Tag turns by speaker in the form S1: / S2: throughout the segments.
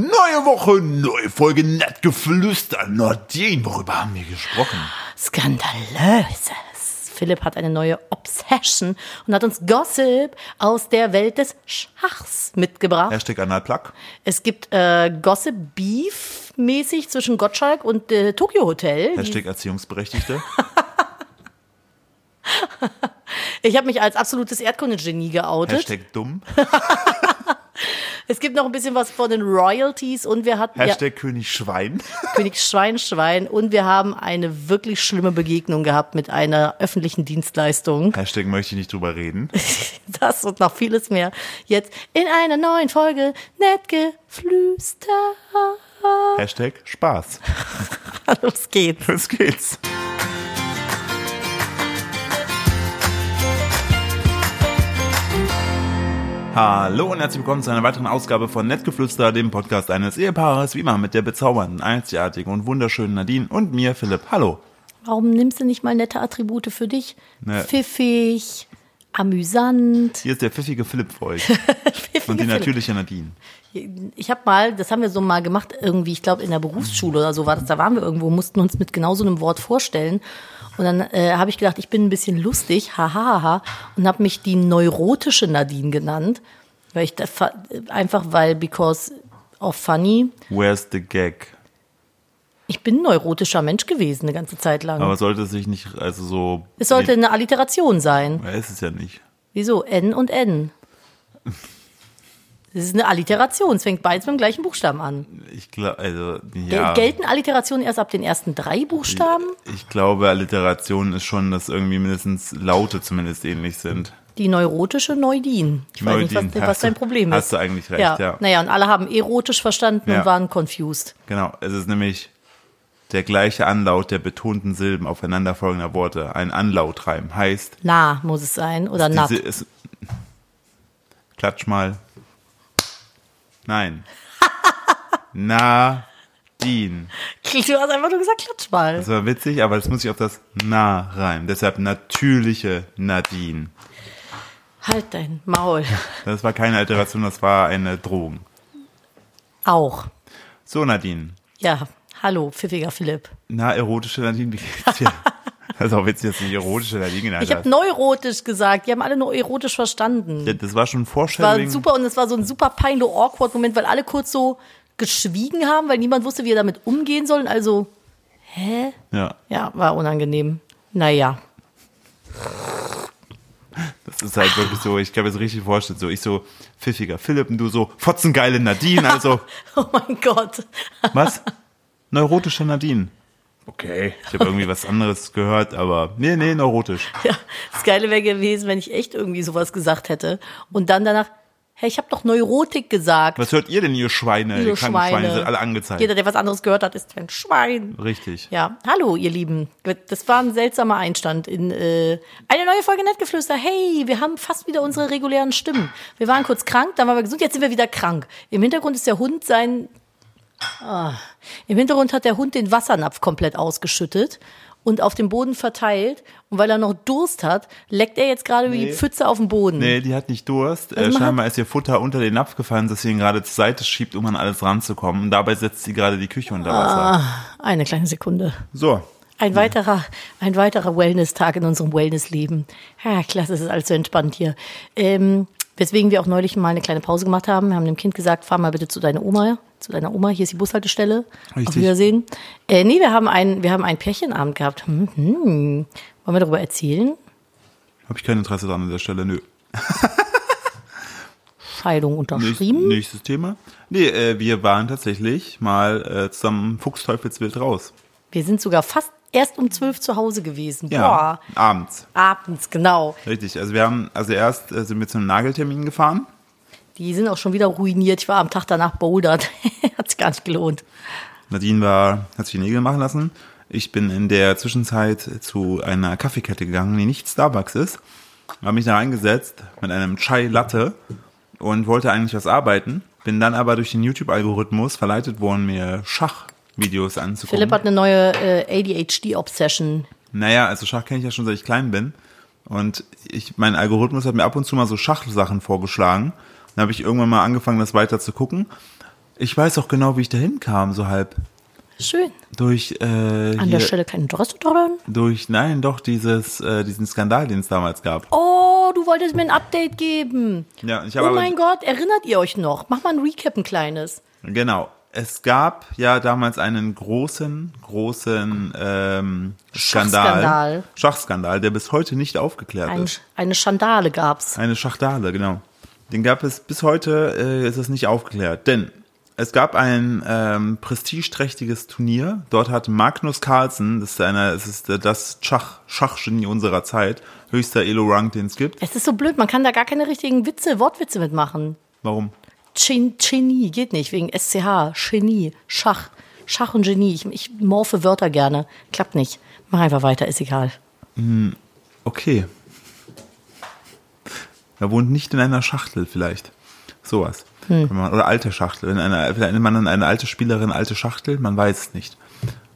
S1: Neue Woche, neue Folge Nettgeflüster. Nadine, worüber haben wir gesprochen?
S2: Skandalöses. Philipp hat eine neue Obsession und hat uns Gossip aus der Welt des Schachs mitgebracht.
S1: Hashtag Analplug.
S2: Es gibt äh, Gossip Beef mäßig zwischen Gottschalk und äh, Tokyo Hotel. Die-
S1: Hashtag Erziehungsberechtigte.
S2: Ich habe mich als absolutes Erdkundegenie geoutet.
S1: Hashtag dumm.
S2: Es gibt noch ein bisschen was von den Royalties und wir hatten ja,
S1: Hashtag König Schwein.
S2: König Schwein Schwein und wir haben eine wirklich schlimme Begegnung gehabt mit einer öffentlichen Dienstleistung.
S1: Hashtag möchte ich nicht drüber reden.
S2: Das und noch vieles mehr. Jetzt in einer neuen Folge nett geflüster.
S1: Hashtag Spaß.
S2: Los geht's.
S1: Los geht's. Hallo und herzlich willkommen zu einer weiteren Ausgabe von Nettgeflüster, dem Podcast eines Ehepaares, wie immer mit der bezaubernden, einzigartigen und wunderschönen Nadine und mir, Philipp. Hallo.
S2: Warum nimmst du nicht mal nette Attribute für dich?
S1: Ne.
S2: Pfiffig, amüsant.
S1: Hier ist der pfiffige Philipp für euch.
S2: Pfiffige
S1: Und die
S2: Philipp.
S1: natürliche Nadine.
S2: Ich habe mal, das haben wir so mal gemacht, irgendwie, ich glaube in der Berufsschule oder so war das, da waren wir irgendwo, mussten uns mit genau so einem Wort vorstellen. Und dann äh, habe ich gedacht, ich bin ein bisschen lustig, hahaha, ha, ha, und habe mich die neurotische Nadine genannt, weil ich da, fa- einfach weil because of funny,
S1: Where's the gag?
S2: ich bin ein neurotischer Mensch gewesen eine ganze Zeit lang.
S1: Aber sollte es sich nicht, also so.
S2: es sollte eine Alliteration sein.
S1: Nee, ist es ja nicht.
S2: Wieso N und N? Das ist eine Alliteration, es fängt beides mit dem gleichen Buchstaben an.
S1: Ich glaube, also,
S2: Gel-
S1: ja.
S2: Gelten Alliterationen erst ab den ersten drei Buchstaben?
S1: Ich glaube, Alliteration ist schon, dass irgendwie mindestens Laute zumindest ähnlich sind.
S2: Die neurotische Neudin. Ich weiß nicht,
S1: Neudin,
S2: was, was
S1: hast du-
S2: dein Problem ist.
S1: hast du eigentlich recht, ja.
S2: Naja, und alle haben erotisch verstanden
S1: Ja.
S2: und waren confused.
S1: Genau, es ist nämlich der gleiche Anlaut der betonten Silben aufeinanderfolgender Worte. Ein Anlautreim heißt,
S2: Na muss es sein oder nat.
S1: diese ist, klatsch mal. Nein. Na, Din.
S2: Du hast einfach nur gesagt, klatsch mal.
S1: Das war witzig, aber das muss ich auf das Na rein. Deshalb natürliche Nadine.
S2: Halt dein Maul.
S1: Das war keine Alteration, das war eine Drohung.
S2: Auch.
S1: So, Nadine.
S2: Ja, hallo, pfiffiger Philipp.
S1: Na, erotische Nadine, wie geht's dir? das ist auch witzig, dass du nicht erotische Nadine genannt
S2: Ich habe neurotisch gesagt. Die haben alle nur erotisch verstanden.
S1: hast. Das war schon ein
S2: War
S1: Foreshadowing.
S2: super und es war so ein super peinlich awkward Moment, weil alle kurz so geschwiegen haben, weil niemand wusste, wie er damit umgehen soll. Also, hä?
S1: Ja,
S2: Ja, war unangenehm. Naja.
S1: das ist halt wirklich so, ich kann mir das richtig vorstellen, so ich so pfiffiger Philipp und du so fotzengeile Nadine, also
S2: Oh mein Gott.
S1: was? Neurotische Nadine. Okay. Ich habe irgendwie was anderes gehört, aber nee, nee, neurotisch.
S2: Ja, das Geile wäre gewesen, wenn ich echt irgendwie sowas gesagt hätte. Und dann danach, hey, ich habe doch Neurotik gesagt.
S1: Was hört ihr denn, ihr Schweine?
S2: ihr
S1: ihr kranken Schweine sind alle angezeigt.
S2: Jeder, der was anderes gehört hat, ist ein Schwein.
S1: richtig.
S2: Ja, hallo ihr Lieben. Das war ein seltsamer Einstand in äh, eine neue Folge Nettgeflüster. Hey, wir haben fast wieder unsere regulären Stimmen. Wir waren kurz krank, dann waren wir gesund, jetzt sind wir wieder krank. Im Hintergrund ist der Hund sein... Ah. Im Hintergrund hat der Hund den Wassernapf komplett ausgeschüttet und auf dem Boden verteilt. Und weil er noch Durst hat, leckt er jetzt gerade wie die Pfütze auf den Boden.
S1: Nee, Äh, die hat nicht Durst. Äh,
S2: man hat-
S1: scheinbar ist ihr Futter unter den Napf gefallen, dass sie ihn gerade zur Seite schiebt, um an alles ranzukommen. Und dabei setzt sie gerade die Küche unter Wasser.
S2: Eine kleine Sekunde.
S1: So,
S2: Ein weiterer, ein weiterer Wellness-Tag in unserem Wellness-Leben. Ja, klasse, es ist alles so entspannt hier. Ähm, weswegen wir auch neulich mal eine kleine Pause gemacht haben. Wir haben dem Kind gesagt, fahr mal bitte zu deiner Oma, zu deiner Oma. Hier ist die Bushaltestelle. Auf
S1: Richtig.
S2: Wiedersehen. Äh, nee, wir haben einen, wir haben einen Pärchenabend gehabt. Hm, hm. Wollen wir darüber erzählen?
S1: Habe ich kein Interesse dran an der Stelle, nö.
S2: Scheidung
S1: Nächst,
S2: unterschrieben.
S1: nächstes Thema. Nee, äh, wir waren tatsächlich mal äh, zusammen Fuchsteufelswild raus.
S2: Wir sind sogar fast erst um zwölf zu Hause gewesen.
S1: Ja, abends.
S2: Boah, abends, genau.
S1: Richtig, also wir haben, also erst äh, sind wir zu einem Nageltermin gefahren.
S2: Die sind auch schon wieder ruiniert. Ich war am Tag danach bouldert. Hat sich gar nicht gelohnt.
S1: Nadine war, hat sich die Nägel machen lassen. Ich bin in der Zwischenzeit zu einer Kaffeekette gegangen, die nicht Starbucks ist. Habe mich da reingesetzt mit einem Chai Latte und wollte eigentlich was arbeiten. Bin dann aber durch den YouTube-Algorithmus verleitet worden, mir Schachvideos anzugucken.
S2: Philipp hat eine neue äh, ADHD-Obsession.
S1: Naja, also Schach kenne ich ja schon seit ich klein bin. Und ich, mein Algorithmus hat mir ab und zu mal so Schachsachen vorgeschlagen. Dann habe ich irgendwann mal angefangen, das weiter zu gucken. Ich weiß auch genau, wie ich dahin kam, so halb.
S2: Schön.
S1: Durch, äh,
S2: An der Stelle kein Interesse daran.
S1: durch, nein, doch, dieses, äh, diesen Skandal, den es damals gab.
S2: Oh, du wolltest mir ein Update geben.
S1: Ja, ich
S2: Oh
S1: habe aber-
S2: mein Gott, erinnert ihr euch noch? Mach mal ein Recap, ein kleines.
S1: Genau. Es gab ja damals einen großen, großen ähm, Skandal.
S2: Schachskandal.
S1: Schachskandal, der bis heute nicht aufgeklärt
S2: Ein,
S1: ist.
S2: eine Schandale gab's.
S1: Eine Schachtale, genau. Den gab es bis heute, äh, ist es nicht aufgeklärt. Denn es gab ein ähm, prestigeträchtiges Turnier. Dort hat Magnus Carlsen, das ist, einer, das, ist äh, das Schach, Schachgenie unserer Zeit, höchster Elo-Rank, den es gibt.
S2: Es ist so blöd, man kann da gar keine richtigen Witze, Wortwitze mitmachen.
S1: Warum?
S2: Chin, Genie geht nicht, wegen SCH. Genie, Schach. Schach und Genie. Ich, ich morphe Wörter gerne. Klappt nicht. Mach einfach weiter, ist egal.
S1: Okay. Er wohnt nicht in einer Schachtel vielleicht. Sowas. Wenn man- Oder alte Schachtel. Wenn eine, vielleicht nennt man dann eine alte Spielerin alte Schachtel, man weiß es nicht.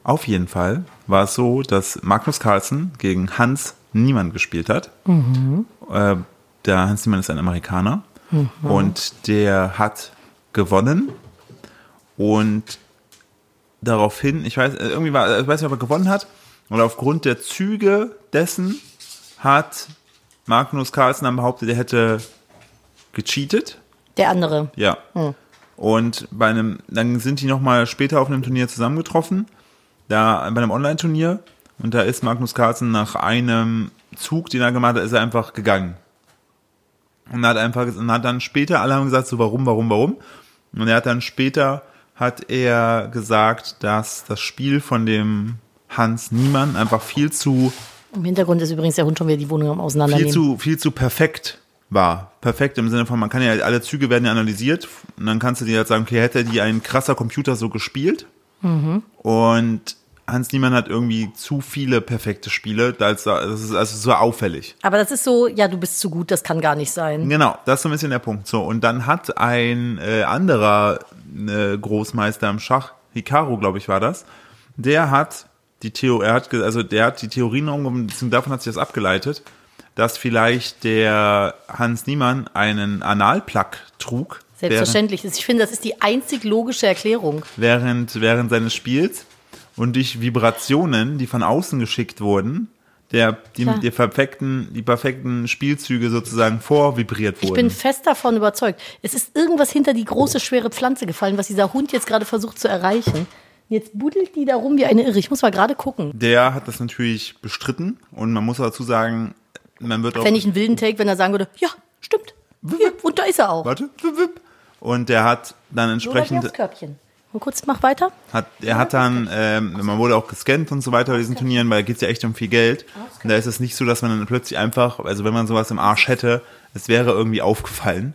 S1: Auf jeden Fall war es so, dass Magnus Carlsen gegen Hans Niemann gespielt hat. Äh, der Hans Niemann ist ein Amerikaner. Und der hat gewonnen. Und daraufhin, ich weiß, äh, irgendwie war, ich weiß nicht, ob er gewonnen hat. Und aufgrund der Züge dessen hat Magnus Carlsen dann behauptet, er hätte gecheatet.
S2: Der andere.
S1: Ja. Und bei einem, dann sind die nochmal später auf einem Turnier zusammengetroffen, da bei einem Online-Turnier. Und da ist Magnus Carlsen nach einem Zug, den er gemacht hat, ist er einfach gegangen. Und hat einfach, und hat dann später, alle haben gesagt, so warum, warum, warum. Und er hat dann später, hat er gesagt, dass das Spiel von dem Hans Niemann einfach viel zu
S2: Im Hintergrund ist übrigens der Hund schon wieder die Wohnung am
S1: viel
S2: Auseinandernehmen.
S1: zu, viel zu perfekt war. Perfekt im Sinne von, man kann ja, alle Züge werden ja analysiert und dann kannst du dir halt sagen, okay, hätte die ein krasser Computer so gespielt und Hans Niemann hat irgendwie zu viele perfekte Spiele, das das ist also so auffällig.
S2: Aber das ist so, ja, du bist zu gut, das kann gar nicht sein.
S1: Genau, das ist so ein bisschen der Punkt. So, und dann hat ein äh, anderer äh, Großmeister im Schach, Hikaru, glaube ich, war das, der hat die Theo, er hat ge- also der hat die Theorien umgekommen, davon hat sich das abgeleitet, dass vielleicht der Hans Niemann einen Analplug trug.
S2: Selbstverständlich ist. Ich finde, das ist die einzig logische Erklärung.
S1: Während, während seines Spiels und durch Vibrationen, die von außen geschickt wurden, der, die,
S2: Klar.
S1: die, perfekten, die perfekten Spielzüge sozusagen vorvibriert wurden.
S2: Ich bin fest davon überzeugt. Es ist irgendwas hinter die große, schwere Pflanze gefallen, was dieser Hund jetzt gerade versucht zu erreichen. Jetzt buddelt die da rum wie eine Irre. Ich muss mal gerade gucken.
S1: Der hat das natürlich bestritten und man muss dazu sagen, man wird auch.
S2: Fände ich einen wilden Take, wenn er sagen würde, ja, stimmt. Hier, und da ist er auch.
S1: warte, wip, wip. Und der hat dann entsprechend,
S2: das Körbchen. Und kurz, mach weiter.
S1: hat, er hat dann, ähm, man wurde auch gescannt und so weiter bei diesen Turnieren, weil da geht's ja echt um viel Geld.
S2: Ah,
S1: Und da ist es nicht so, dass man dann plötzlich einfach, also wenn man sowas im Arsch hätte, es wäre irgendwie aufgefallen.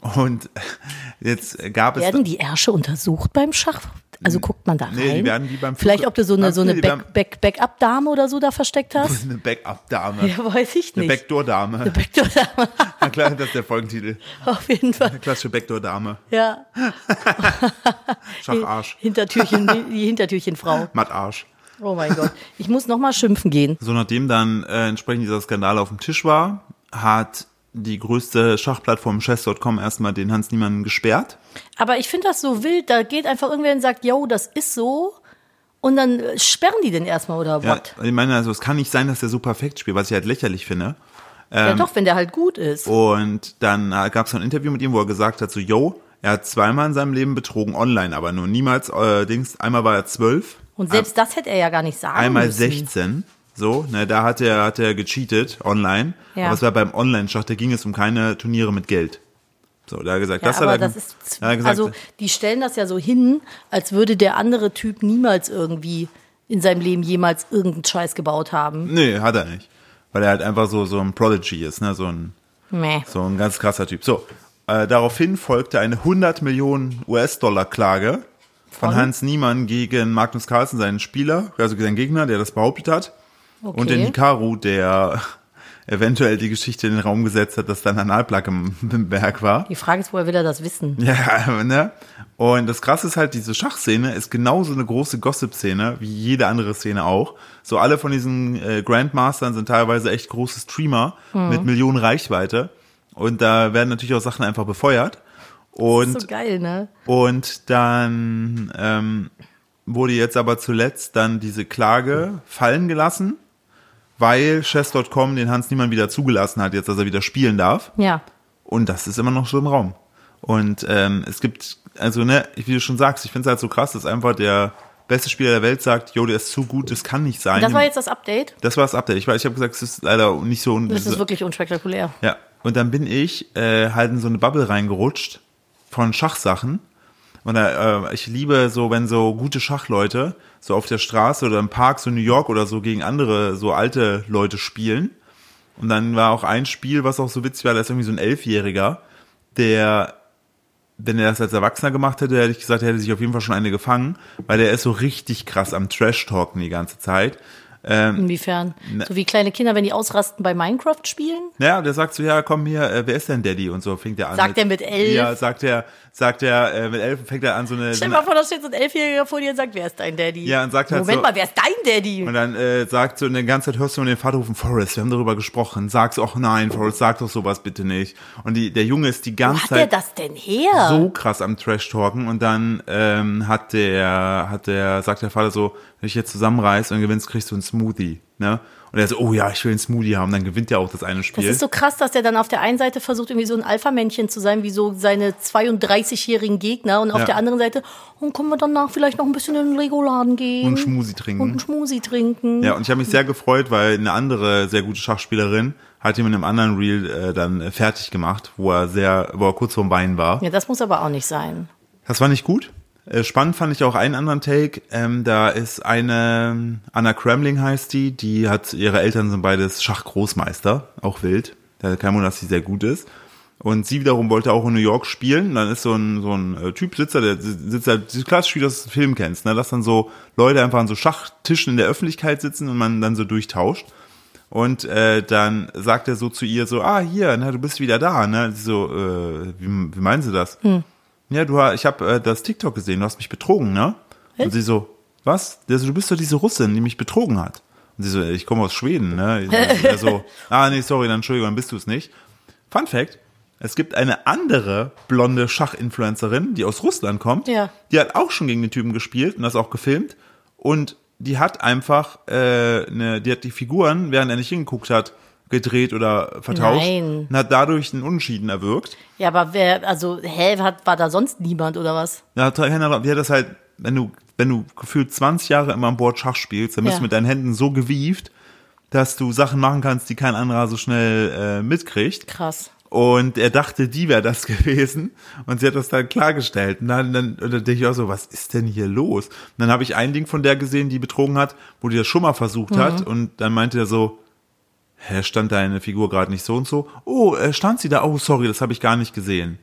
S1: Und jetzt gab es.
S2: Werden die Ärsche untersucht beim Schach? Also guckt man da rein?
S1: Nee, die werden wie beim
S2: Vielleicht,
S1: Flug-
S2: ob du so eine, so eine
S1: Nee, die werden-
S2: Back, Back, Backup-Dame oder so da versteckt hast?
S1: eine Backup-Dame.
S2: Ja, weiß ich
S1: eine
S2: nicht.
S1: Backdoor-Dame.
S2: Backdoor-Dame.
S1: Na klar, das ist der Folgentitel.
S2: Auf jeden Fall.
S1: Klassische Backdoor-Dame.
S2: Ja.
S1: Schacharsch.
S2: Hintertürchen, die- die Hintertürchenfrau.
S1: Mattarsch.
S2: Oh mein Gott. Ich muss nochmal schimpfen gehen.
S1: So, nachdem dann äh, entsprechend dieser Skandal auf dem Tisch war, hat die größte Schachplattform Chess.com erstmal den Hans Niemann gesperrt.
S2: Aber ich finde das so wild, da geht einfach irgendwer und sagt, yo, das ist so. Und dann äh, sperren die den erstmal oder
S1: Ja,
S2: was?
S1: ich meine, also es kann nicht sein, dass der so perfekt spielt, was ich halt lächerlich finde.
S2: Ja,
S1: ähm,
S2: doch, wenn der halt gut
S1: oh,
S2: ist.
S1: Und dann gab es ein Interview mit ihm, wo er gesagt hat, so, yo, er hat zweimal in seinem Leben betrogen, online aber nur. Niemals, äh, Dings, einmal war er zwölf,
S2: Und selbst das hätte er ja gar nicht sagen
S1: einmal
S2: müssen.
S1: 16. So, ne, da hat er, hat er gecheatet, online.
S2: Ja.
S1: Aber es war beim Online-Schach, da ging es um keine Turniere mit Geld. So, da hat er gesagt,
S2: Ja,
S1: das
S2: aber
S1: hat er,
S2: das ist,
S1: da hat er gesagt,
S2: also die stellen das ja so hin, als würde der andere Typ niemals irgendwie in seinem Leben jemals irgendeinen Scheiß gebaut haben.
S1: Nee, hat er nicht. Weil er halt einfach so, so ein Prodigy ist, ne? so, ein,
S2: Meh.
S1: so ein ganz krasser Typ. So, äh, daraufhin folgte eine 100 Millionen US-Dollar-Klage von,
S2: Von?
S1: Hans Niemann gegen Magnus Carlsen, seinen Spieler, also seinen Gegner, der das behauptet hat.
S2: Okay.
S1: Und den Hikaru, der eventuell die Geschichte in den Raum gesetzt hat, dass da ein Analplug im, im Berg war.
S2: Die Frage ist, woher will er das wissen?
S1: Ja, ne? Und das Krasse ist halt, diese Schachszene ist genauso eine große Gossip-Szene wie jede andere Szene auch. So alle von diesen äh, Grandmastern sind teilweise echt große
S2: Mhm.
S1: Streamer mit Millionen Reichweite. Und da werden natürlich auch Sachen einfach befeuert. Und,
S2: ist so geil, ne?
S1: und dann ähm, wurde jetzt aber zuletzt dann diese Klage fallen gelassen, weil Chess.com den Hans Niemann wieder zugelassen hat, jetzt dass er wieder spielen darf.
S2: Ja.
S1: Und das ist immer noch so im Raum. Und ähm, es gibt, also ne, wie du schon sagst, ich finde es halt so krass, dass einfach der beste Spieler der Welt sagt, jo, der ist zu gut, das kann nicht sein.
S2: Das war jetzt das Update.
S1: Das war das Update. Ich, weiß, ich habe gesagt, es ist leider nicht so.
S2: Das ist wirklich unspektakulär.
S1: ja. Und dann bin ich äh, halt in so eine Bubble reingerutscht von Schachsachen. Und da, äh, ich liebe so, wenn so gute Schachleute so auf der Straße oder im Park, so New York oder so gegen andere so alte Leute spielen. Und dann war auch ein Spiel, was auch so witzig war, da ist irgendwie so ein Elfjähriger, der, wenn er das als Erwachsener gemacht hätte, hätte ich gesagt, er hätte sich auf jeden Fall schon eine gefangen, weil der ist so richtig krass am Trash-Talken die ganze Zeit. Hm.
S2: Inwiefern? So wie kleine Kinder, wenn die ausrasten bei Minecraft spielen.
S1: Naja, der sagt so, ja, komm hier, äh, wer ist denn Daddy? Und so fängt er an.
S2: Sagt er mit elf?
S1: Ja, sagt er, sagt er, äh, mit elf fängt er an so eine. So
S2: Stell dir
S1: eine
S2: mal vor, da steht so ein Elfjähriger vor dir und sagt, wer ist dein Daddy?
S1: Ja, und sagt halt
S2: Moment
S1: so-
S2: mal, wer ist dein Daddy?
S1: und dann äh, sagt so, und die ganze Zeit hörst du nur den Vater rufen, Forrest, wir haben darüber gesprochen. Sag's, auch nein, Forrest, sag doch sowas bitte nicht. Und die, der Junge ist die ganze
S2: Hat der
S1: Zeit
S2: das denn her?
S1: so krass am Trash-Talken und dann ähm, hat der, hat der, sagt der Vater so, wenn ich jetzt zusammenreiß und gewinnst, kriegst du einen Smoothie. Ne? Und er so, oh ja, ich will einen Smoothie haben, dann gewinnt er auch das eine Spiel.
S2: Das ist so krass, dass der dann auf der einen Seite versucht, irgendwie so ein Alpha-Männchen zu sein, wie so seine 32-jährigen Gegner. Und auf
S1: Ja.
S2: der anderen Seite, und können wir danach vielleicht noch ein bisschen in den Lego-Laden gehen?
S1: und einen Schmusi trinken.
S2: Und einen Schmusi trinken.
S1: Ja, und ich habe mich sehr gefreut, weil eine andere sehr gute Schachspielerin hat ihn mit einem anderen Reel äh, dann äh, fertig gemacht, wo er sehr, wo er kurz vorm Weinen war.
S2: Ja, das muss aber auch nicht sein.
S1: Das war nicht gut. Äh, spannend fand ich auch einen anderen Take. Ähm, da ist eine, Anna Kremling heißt die, die hat, ihre Eltern sind beides Schachgroßmeister, auch wild. Da hat kein Wunder, dass sie sehr gut ist. Und sie wiederum wollte auch in New York spielen. Dann ist so ein, so ein äh, Typ sitzt da, der sitzt da, das ist klassisch, wie du das im Film kennst, ne? dass dann so Leute einfach an so Schachtischen in der Öffentlichkeit sitzen und man dann so durchtauscht. Und äh, dann sagt er so zu ihr so, ah, hier, na, du bist wieder da. Ne? Sie So, äh, wie, wie meinen sie das? Ja, du, ha- ich habe äh, das TikTok gesehen, du hast mich betrogen, ne? Und sie so, was? Also, du bist doch diese Russin, die mich betrogen hat. Und sie so, ich komme aus Schweden, ne? Er so, ah, nee, sorry, dann Entschuldigung, dann bist du es nicht. Fun Fact, es gibt eine andere blonde Schachinfluencerin, die aus Russland kommt.
S2: Ja.
S1: Die hat auch schon gegen den Typen gespielt und das auch gefilmt. Und die hat einfach, äh, ne, die hat die Figuren, während er nicht hingeguckt hat, gedreht oder vertauscht.
S2: Nein.
S1: Und hat dadurch einen Unentschieden erwirkt.
S2: Ja, aber wer, also, hä, hat, war da sonst niemand oder was?
S1: Ja, Trainer, wie hat das halt, wenn du, wenn du gefühlt 20 Jahre immer am Board Schach spielst, dann bist
S2: Ja.
S1: du mit deinen Händen so gewieft, dass du Sachen machen kannst, die kein anderer so schnell äh, mitkriegt.
S2: Krass.
S1: Und er dachte, die wäre das gewesen. Und sie hat das dann klargestellt. Und dann, dann, und dann denke ich auch so, was ist denn hier los? Und dann habe ich ein Ding von der gesehen, die betrogen hat, wo die das schon mal versucht hat.
S2: Mhm.
S1: Und dann meinte er so, hä, stand deine Figur gerade nicht so und so? Oh, äh, stand sie da? Oh, sorry, das habe ich gar nicht gesehen.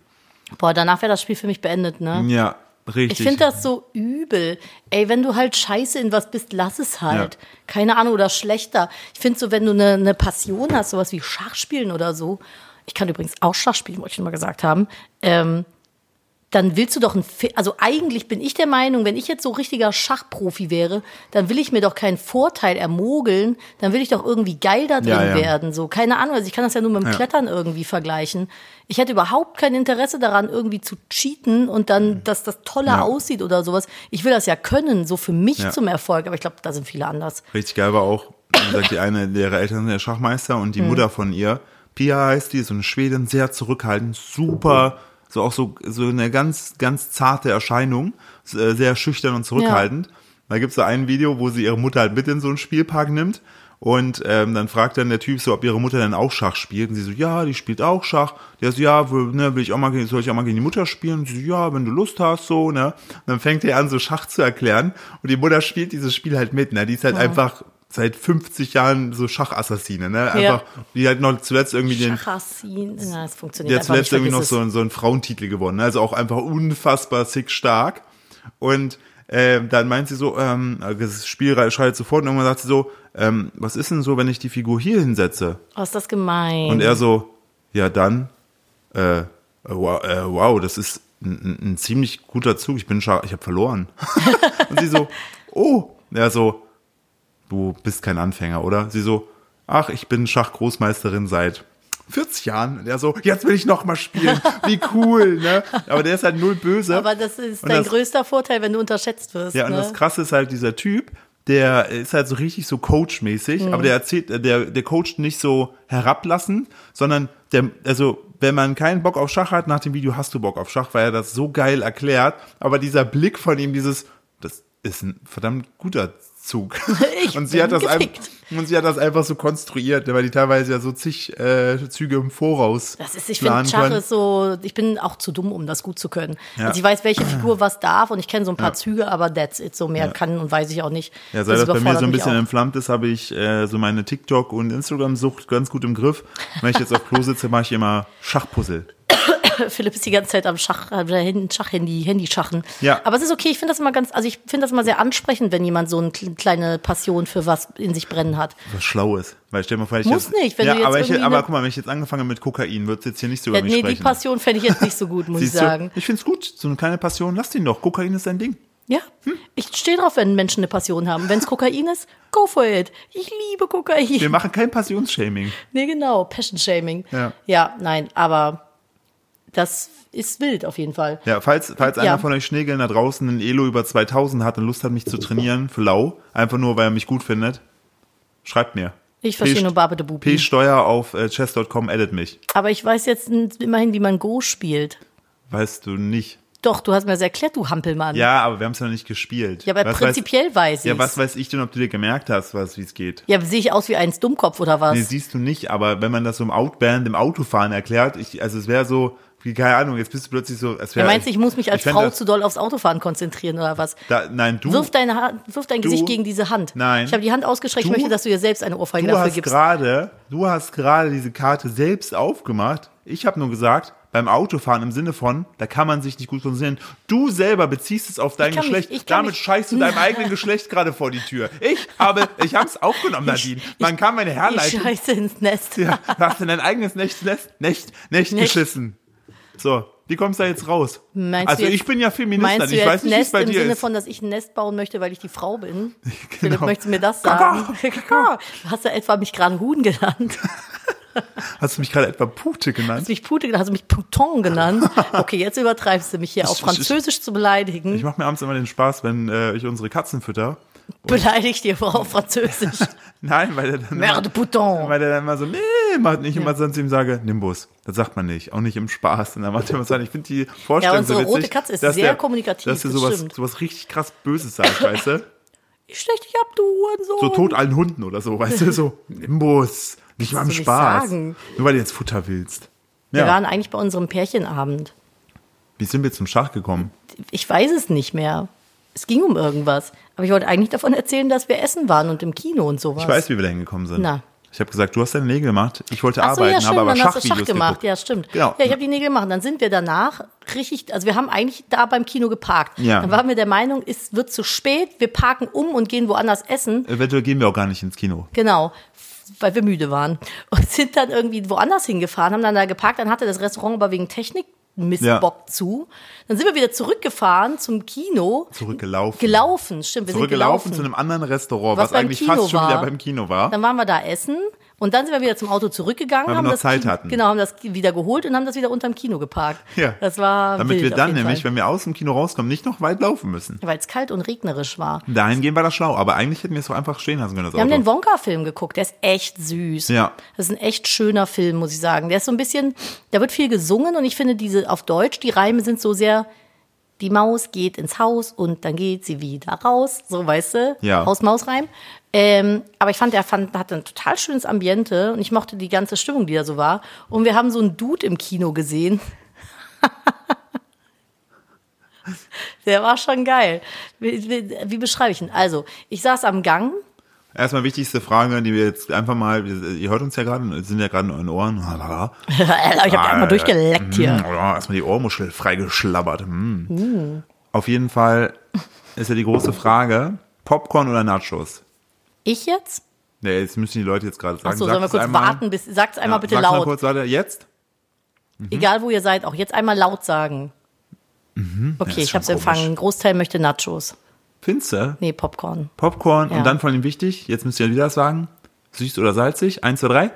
S2: Boah, danach wäre das Spiel für mich beendet, ne?
S1: Ja, richtig.
S2: Ich finde das so übel. Ey, wenn du halt scheiße in was bist, lass es halt.
S1: Ja.
S2: Keine Ahnung, oder schlechter. Ich finde so, wenn du eine ne Passion hast, sowas wie Schachspielen oder so, ich kann übrigens auch Schach spielen, wollte ich schon mal gesagt haben, ähm, dann willst du doch ein, Fe- also eigentlich bin ich der Meinung, wenn ich jetzt so richtiger Schachprofi wäre, dann will ich mir doch keinen Vorteil ermogeln, dann will ich doch irgendwie geil da drin
S1: Ja, ja.
S2: werden, so. Keine Ahnung, also ich kann das ja nur mit dem
S1: Ja.
S2: Klettern irgendwie vergleichen. Ich hätte überhaupt kein Interesse daran, irgendwie zu cheaten und dann, dass das toller
S1: Mhm. Ja.
S2: aussieht oder sowas. Ich will das ja können, so für mich
S1: Ja.
S2: zum Erfolg, aber ich glaube, da sind viele anders.
S1: Richtig geil war auch, wie gesagt, die eine ihrer Eltern ist der Schachmeister und die Mutter von ihr, Pia heißt die, so eine Schwedin, sehr zurückhaltend, super, so auch so, so eine ganz, ganz zarte Erscheinung, s- äh, sehr schüchtern und zurückhaltend. Da gibt's da ein Video, wo sie ihre Mutter halt mit in so einen Spielpark nimmt und ähm, dann fragt dann der Typ so, ob ihre Mutter dann auch Schach spielt. Und sie so, ja, die spielt auch Schach. Der so, ja, will, ne, will ich auch mal, gegen- soll ich auch mal gegen die Mutter spielen? Und sie so, ja, wenn du Lust hast, so, ne. Und dann fängt er an, so Schach zu erklären. Und die Mutter spielt dieses Spiel halt mit, ne. Die ist halt einfach seit 50 Jahren so Schachassassine, ne. Einfach,
S2: Ja.
S1: die hat noch zuletzt irgendwie den,
S2: Schachassin, na, das funktioniert
S1: der
S2: einfach nicht.
S1: zuletzt irgendwie noch
S2: vergiss
S1: so, einen- so einen Frauentitel gewonnen. Also auch einfach unfassbar sick stark. Und ähm, dann meint sie so, ähm, das Spiel schaltet sofort und irgendwann sagt sie so, ähm, was ist denn so, wenn ich die Figur hier hinsetze?
S2: es. Oh, ist das gemein.
S1: Und er so, ja dann, äh, wow, äh, wow das ist ein, ein, ein ziemlich guter Zug, ich bin scha ich habe verloren. und sie so, oh, er so, du bist kein Anfänger, oder? Sie so, ach, ich bin Schachgroßmeisterin seit 40 Jahren. Und er so, jetzt will ich noch mal spielen. Wie cool, ne? Aber der ist halt null böse.
S2: Aber das ist
S1: Und
S2: dein
S1: das-
S2: größter Vorteil, wenn du unterschätzt wirst.
S1: Ja, und
S2: ne?
S1: das Krasse ist halt dieser Typ, der ist halt so richtig so Coach-mäßig,
S2: Mhm.
S1: aber der erzählt, der, der coacht nicht so herablassend, sondern der, also wenn man keinen Bock auf Schach hat, nach dem Video hast du Bock auf Schach, weil er das so geil erklärt, aber dieser Blick von ihm, dieses, das ist ein verdammt guter Zug.
S2: Ich
S1: und, sie
S2: bin
S1: hat das einfach,
S2: gefickt.
S1: und sie hat das einfach so konstruiert, weil die teilweise ja so zig äh, Züge im Voraus
S2: Das ist, ich finde,
S1: planen
S2: Schach
S1: können.
S2: ist so, ich bin auch zu dumm, um das gut zu können.
S1: Ja.
S2: Also ich weiß, welche Figur was darf und ich kenne so ein paar
S1: Ja.
S2: Züge, aber that's it. So mehr kann und weiß ich auch nicht.
S1: Ja, seit das, bei mir
S2: überfordert
S1: so ein
S2: mich
S1: bisschen
S2: auch.
S1: entflammt ist, habe ich äh, so meine TikTok- und Instagram-Sucht ganz gut im Griff. Wenn ich jetzt auf Klo sitze, mache ich immer Schachpuzzle.
S2: Philipp ist die ganze Zeit am Schach, äh, am Hand- Schachhandy, Handy schachen.
S1: Ja.
S2: Aber es ist okay, ich finde das immer ganz, also ich finde das immer sehr ansprechend, wenn jemand so eine kle- kleine Passion für was in sich brennen hat.
S1: Was schlau ist. Weil stell dir mal vor, ich
S2: Muss
S1: jetzt,
S2: nicht, wenn
S1: ja,
S2: du jetzt
S1: aber, ich,
S2: irgendwie
S1: aber
S2: eine-
S1: guck mal, wenn ich jetzt angefangen habe mit Kokain, würdest du jetzt hier nicht so über
S2: Ja,
S1: mich
S2: nee, die
S1: sprechen.
S2: Passion fände ich jetzt nicht so gut, muss ich
S1: Siehst du?
S2: sagen.
S1: Ich finde es gut, so eine kleine Passion, lass den doch. Kokain ist dein Ding.
S2: Ja,
S1: Hm?
S2: ich stehe drauf, wenn Menschen eine Passion haben. Wenn es Kokain ist, go for it. Ich liebe Kokain.
S1: Wir machen kein Passionsshaming.
S2: Nee, genau, Passion Shaming.
S1: Ja.
S2: ja, nein, aber das ist wild auf jeden Fall.
S1: Ja, falls, falls
S2: Ja.
S1: einer von euch Schneegeln da draußen einen Elo über 2000 hat und Lust hat, mich zu trainieren, für lau, einfach nur, weil er mich gut findet, schreibt mir.
S2: Ich verstehe
S1: P-
S2: nur Babette Bubi.
S1: P-Steuer auf äh, chess.com, edit mich.
S2: Aber ich weiß jetzt n- immerhin, wie man Go spielt.
S1: Weißt du nicht.
S2: Doch, du hast mir das erklärt, du Hampelmann.
S1: Ja, aber wir haben es ja noch nicht gespielt.
S2: ja aber
S1: Was
S2: prinzipiell weiß,
S1: Weiß, ja,
S2: ich.
S1: was weiß ich denn, ob du dir gemerkt hast, was wie es geht?
S2: ja, sehe ich aus wie ein Dummkopf oder was?
S1: Nee, siehst du nicht, aber wenn man das so im Outband, im Autofahren erklärt, ich, also es wäre so, wie, keine Ahnung, jetzt bist du plötzlich so, es
S2: ja,
S1: wäre.
S2: meinst du, ich muss mich als
S1: fänd
S2: Frau
S1: das-
S2: zu doll aufs Autofahren konzentrieren oder was?
S1: Da, nein, du,
S2: Wirf, deine Hand, wirf dein
S1: Du-
S2: Gesicht gegen diese Hand.
S1: Nein.
S2: Ich habe die Hand ausgestreckt. Ich
S1: Du-
S2: möchte, dass du dir selbst eine Ohrfeige
S1: du
S2: dafür
S1: hast
S2: gibst.
S1: gerade, du hast gerade diese Karte selbst aufgemacht. Ich habe nur gesagt, beim Autofahren im Sinne von, da kann man sich nicht gut konzentrieren. Du selber beziehst es auf dein
S2: kann mich-
S1: Geschlecht.
S2: ich kann
S1: Damit
S2: mich-
S1: scheißt du deinem eigenen Geschlecht gerade vor die Tür. Ich habe, ich habe es aufgenommen, Nadine. Man kann meine
S2: Die
S1: Herleitung
S2: Scheiße ins Nest.
S1: Ja, hast du dein eigenes Nächt, Nächt, Nächt, Nächt geschissen. So, wie kommst du da jetzt raus?
S2: Meinst
S1: also
S2: du jetzt-
S1: ich bin ja Feministin,
S2: Meinst du
S1: ich
S2: jetzt
S1: weiß nicht, wie es
S2: Nest
S1: bei
S2: im
S1: dir
S2: Sinne
S1: ist.
S2: von, dass ich ein Nest bauen möchte, weil ich die Frau bin?
S1: Genau.
S2: Philipp, möchtest du mir das
S1: Kaka.
S2: sagen? Kaka. Hast du etwa mich gerade Huhn genannt?
S1: Hast du mich gerade etwa Pute
S2: Hast
S1: genannt?
S2: du mich Pute genannt? Hast du mich Pouton genannt? Okay, jetzt übertreibst du mich hier
S1: Ich-
S2: auf
S1: ich-
S2: Französisch zu
S1: Ich
S2: beleidigen.
S1: mache mir abends immer den Spaß, wenn äh, ich unsere Katzen fütter.
S2: Beleidig dir auf Französisch.
S1: Nein, weil er dann
S2: Merde Pouton.
S1: weil er dann immer so, nee, macht nicht immer sonst ihm sage, Nimbus. Das sagt man nicht, auch nicht im Spaß. Und dann macht er immer so, ich finde die Vorstellung
S2: Ja,
S1: so
S2: unsere
S1: witzig,
S2: rote Katze ist
S1: dass
S2: sehr
S1: der,
S2: kommunikativ,
S1: Dass er
S2: das
S1: sowas,
S2: stimmt.
S1: sowas richtig krass Böses sagt, weißt du?
S2: Ich stech dich ab, du Hurensohn.
S1: So tot allen Hunden oder so, weißt du, so Nimbus, nicht mal im
S2: Kannst du nicht
S1: Spaß.
S2: sagen.
S1: Nur weil du jetzt Futter willst.
S2: Wir
S1: Ja.
S2: waren eigentlich bei unserem Pärchenabend.
S1: Wie sind wir zum Schach gekommen?
S2: Ich weiß es nicht mehr. Es ging um irgendwas. Aber ich wollte eigentlich davon erzählen, dass wir essen waren und im Kino und sowas.
S1: Ich weiß, wie wir da hingekommen sind.
S2: Na.
S1: Ich habe gesagt, du hast deine Nägel gemacht, ich wollte
S2: Ach so,
S1: arbeiten,
S2: ja, stimmt,
S1: habe aber
S2: dann hast du
S1: Schachvideos
S2: Schach gemacht.
S1: geguckt.
S2: Ja, stimmt.
S1: Genau.
S2: Ja, ich habe die Nägel gemacht. Dann sind wir danach richtig, also wir haben eigentlich da beim Kino geparkt.
S1: Ja.
S2: Dann waren wir der Meinung, es wird zu spät, wir parken um und gehen woanders essen.
S1: Eventuell gehen wir auch gar nicht ins Kino.
S2: Genau, weil wir müde waren. Und sind dann irgendwie woanders hingefahren, haben dann da geparkt, dann hatte das Restaurant aber wegen Technik Mistbock zu. Dann sind wir wieder zurückgefahren zum Kino.
S1: Zurückgelaufen.
S2: Gelaufen, stimmt. Wir sind
S1: Zurückgelaufen
S2: gelaufen.
S1: zu einem anderen Restaurant,
S2: Was
S1: was,
S2: beim
S1: eigentlich
S2: Kino
S1: fast schon
S2: war.
S1: wieder beim Kino war.
S2: Dann waren wir da essen und dann sind wir wieder zum Auto zurückgegangen,
S1: Weil wir
S2: haben
S1: noch
S2: das
S1: Zeit
S2: Ki-
S1: hatten.
S2: genau, haben das Ki- wieder geholt und haben das wieder unterm Kino geparkt.
S1: Ja.
S2: Das war
S1: Damit
S2: wild
S1: wir dann
S2: auf jeden
S1: nämlich,
S2: Fall.
S1: wenn wir aus dem Kino rauskommen, nicht noch weit laufen müssen.
S2: weil es kalt und regnerisch war.
S1: Dahingehend war das schlau, aber eigentlich hätten wir es doch einfach stehen lassen können, das
S2: Wir haben
S1: Auto.
S2: den Wonka-Film geguckt, der ist echt süß.
S1: Ja.
S2: Das ist ein echt schöner Film, muss ich sagen. Der ist so ein bisschen, da wird viel gesungen und ich finde diese auf Deutsch, die Reime sind so sehr, die Maus geht ins Haus und dann geht sie wieder raus, so weißt du,
S1: Ja.
S2: Haus-Maus-Reim. Ähm, aber ich fand, er fand, hatte ein total schönes Ambiente und ich mochte die ganze Stimmung, die da so war. Und wir haben so einen Dude im Kino gesehen. Der war schon geil. Wie, wie, wie beschreibe ich ihn? Also, ich saß am Gang
S1: Erstmal wichtigste Frage, die wir jetzt einfach mal, ihr hört uns ja gerade, sind ja gerade in euren Ohren.
S2: ich habe einmal durchgeleckt
S1: Mm,
S2: hier.
S1: ja, erstmal die Ohrmuschel freigeschlabbert. Mm.
S2: Uh.
S1: Auf jeden Fall ist ja die große Frage: Popcorn oder Nachos?
S2: Ich jetzt?
S1: Nee, jetzt müssen die Leute jetzt gerade sagen.
S2: Achso,
S1: sag
S2: sollen wir
S1: es
S2: kurz
S1: einmal.
S2: warten, bis. Sag's einmal
S1: Ja,
S2: bitte
S1: sag's mal
S2: laut.
S1: kurz, Mhm. warte, jetzt?
S2: Egal wo ihr seid, auch jetzt einmal laut sagen. Okay,
S1: Mhm. ist
S2: ich
S1: schon
S2: hab's
S1: komisch.
S2: empfangen. Ein Großteil möchte Nachos.
S1: Finster,
S2: Nee, Popcorn.
S1: Popcorn
S2: Ja.
S1: und dann vor allem wichtig, jetzt müsst ihr wieder sagen: süß oder salzig? Eins, zwei, drei.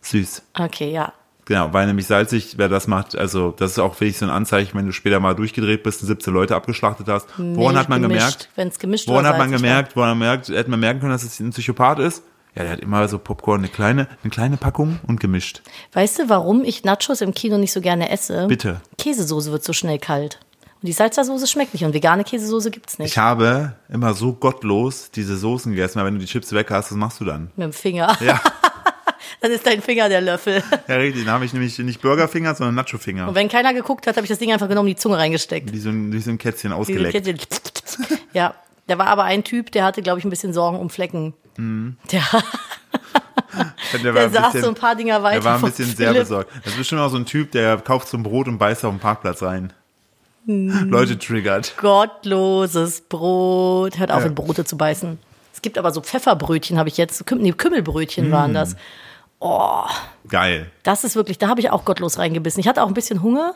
S1: Süß.
S2: Okay, ja.
S1: Genau, weil nämlich salzig, wer das macht, also das ist auch wirklich so ein Anzeichen, wenn du später mal durchgedreht bist und 17 Leute abgeschlachtet hast. Woran hat man gemerkt?
S2: Wenn es gemischt
S1: Woran
S2: oder
S1: hat man
S2: salzig
S1: gemerkt, woran man merkt, hätte man merken können, dass es ein Psychopath ist? Ja, der hat immer so Popcorn, eine kleine, eine kleine Packung und gemischt.
S2: war. Weißt du, warum ich Nachos im Kino nicht so gerne esse?
S1: Bitte.
S2: Käsesoße wird so schnell kalt. Und die Salzersoße schmeckt nicht und vegane Käsesoße gibt's nicht.
S1: Ich habe immer so gottlos diese Soßen gegessen, weil wenn du die Chips weg hast, was machst du dann?
S2: Mit dem Finger.
S1: Ja.
S2: Dann ist dein Finger der Löffel.
S1: Ja, richtig, dann habe ich nämlich nicht Burgerfinger, sondern Nachofinger.
S2: Und wenn keiner geguckt hat, habe ich das Ding einfach genommen, die Zunge reingesteckt.
S1: Wie so ein, wie so ein Kätzchen
S2: Diese
S1: ausgeleckt.
S2: Kätzchen. Ja, da war aber ein Typ, der hatte, glaube ich, ein bisschen Sorgen um Flecken.
S1: Mhm.
S2: Der,
S1: Der,
S2: der saß so ein paar Dinger weiter.
S1: Der war ein
S2: von
S1: bisschen sehr
S2: Philipp.
S1: besorgt. Das ist bestimmt auch so ein Typ, der kauft so ein Brot und beißt auf dem Parkplatz rein.
S2: Hm.
S1: Leute triggert.
S2: Gottloses Brot. Hört auf,
S1: Ja.
S2: in Brote zu beißen. Es gibt aber so Pfefferbrötchen, habe ich jetzt. Küm nee, Kümmelbrötchen
S1: Mm.
S2: waren das. Oh,
S1: Geil.
S2: das ist wirklich, da habe ich auch gottlos reingebissen. Ich hatte auch ein bisschen Hunger.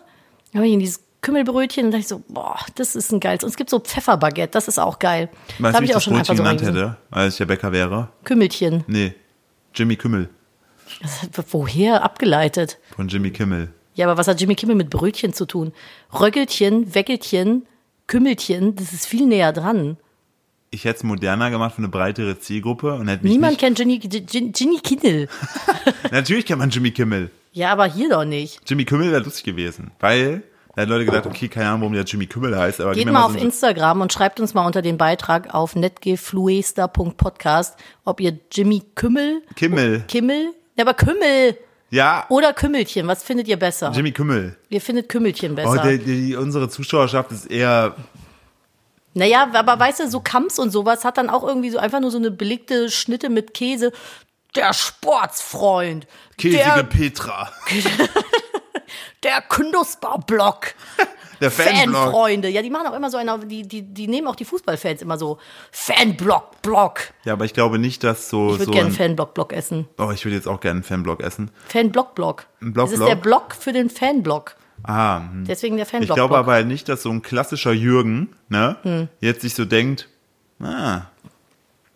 S2: Dann habe ich in dieses Kümmelbrötchen und dachte ich so, boah, das ist ein geiles. Und es gibt so Pfefferbaguette, das ist auch geil.
S1: Weißt
S2: da
S1: du,
S2: habe
S1: wie
S2: ich
S1: ich
S2: auch
S1: das
S2: schon
S1: Brötchen
S2: einfach so
S1: genannt
S2: reingebissen.
S1: hätte, als ich der Bäcker wäre?
S2: Kümmelchen.
S1: Nee, Jimmy Kimmel.
S2: Woher? Abgeleitet.
S1: Von Jimmy Kimmel.
S2: Ja, aber was hat Jimmy Kimmel mit Brötchen zu tun? Röggelchen, Weckelchen, Kümmelchen, das ist viel näher dran.
S1: Ich hätte es moderner gemacht für eine breitere Zielgruppe und hätte mich
S2: Niemand
S1: nicht...
S2: kennt Ginny, Gin- Ginny Kimmel.
S1: Natürlich kennt man Jimmy Kimmel.
S2: Ja, aber hier doch nicht.
S1: Jimmy Kimmel wäre lustig gewesen, weil da hätten Leute gedacht, okay, keine Ahnung, warum der Jimmy Kimmel heißt, aber gib
S2: Geht
S1: mir
S2: mal
S1: so
S2: auf
S1: ein-
S2: Instagram und schreibt uns mal unter den Beitrag auf netgefluester.podcast, ob ihr Jimmy Kümmel,
S1: Kimmel.
S2: Kimmel, ja, aber Kümmel
S1: Ja,
S2: oder Kümmelchen, was findet ihr besser?
S1: Jimmy Kimmel.
S2: ihr findet Kümmelchen
S1: Oh,
S2: besser.
S1: der, die, unsere Zuschauerschaft ist eher
S2: Naja, aber weißt du, so Kamps und sowas hat dann auch irgendwie so einfach nur so eine belegte Schnitte mit Käse. Der Sportsfreund.
S1: käsige
S2: Der,
S1: Petra.
S2: der Knusperblock.
S1: Der Fanblog.
S2: Fanfreunde. Ja, die machen auch immer so eine, die, die, die nehmen auch die Fußballfans immer so. Fanblock, Block.
S1: Ja, aber ich glaube nicht, dass so
S2: Ich würde
S1: so
S2: gerne
S1: ein-
S2: Fanblock, Block essen.
S1: Oh, ich würde jetzt auch gerne einen Fanblock essen.
S2: Fanblock, Block.
S1: Ein Block,
S2: das ist
S1: Block.
S2: der Block für den Fanblock.
S1: Ah, hm.
S2: Deswegen der
S1: ich
S2: Fanblock.
S1: glaube
S2: Block.
S1: aber halt nicht, dass so ein klassischer Jürgen, ne,
S2: Hm.
S1: jetzt sich so denkt, ah,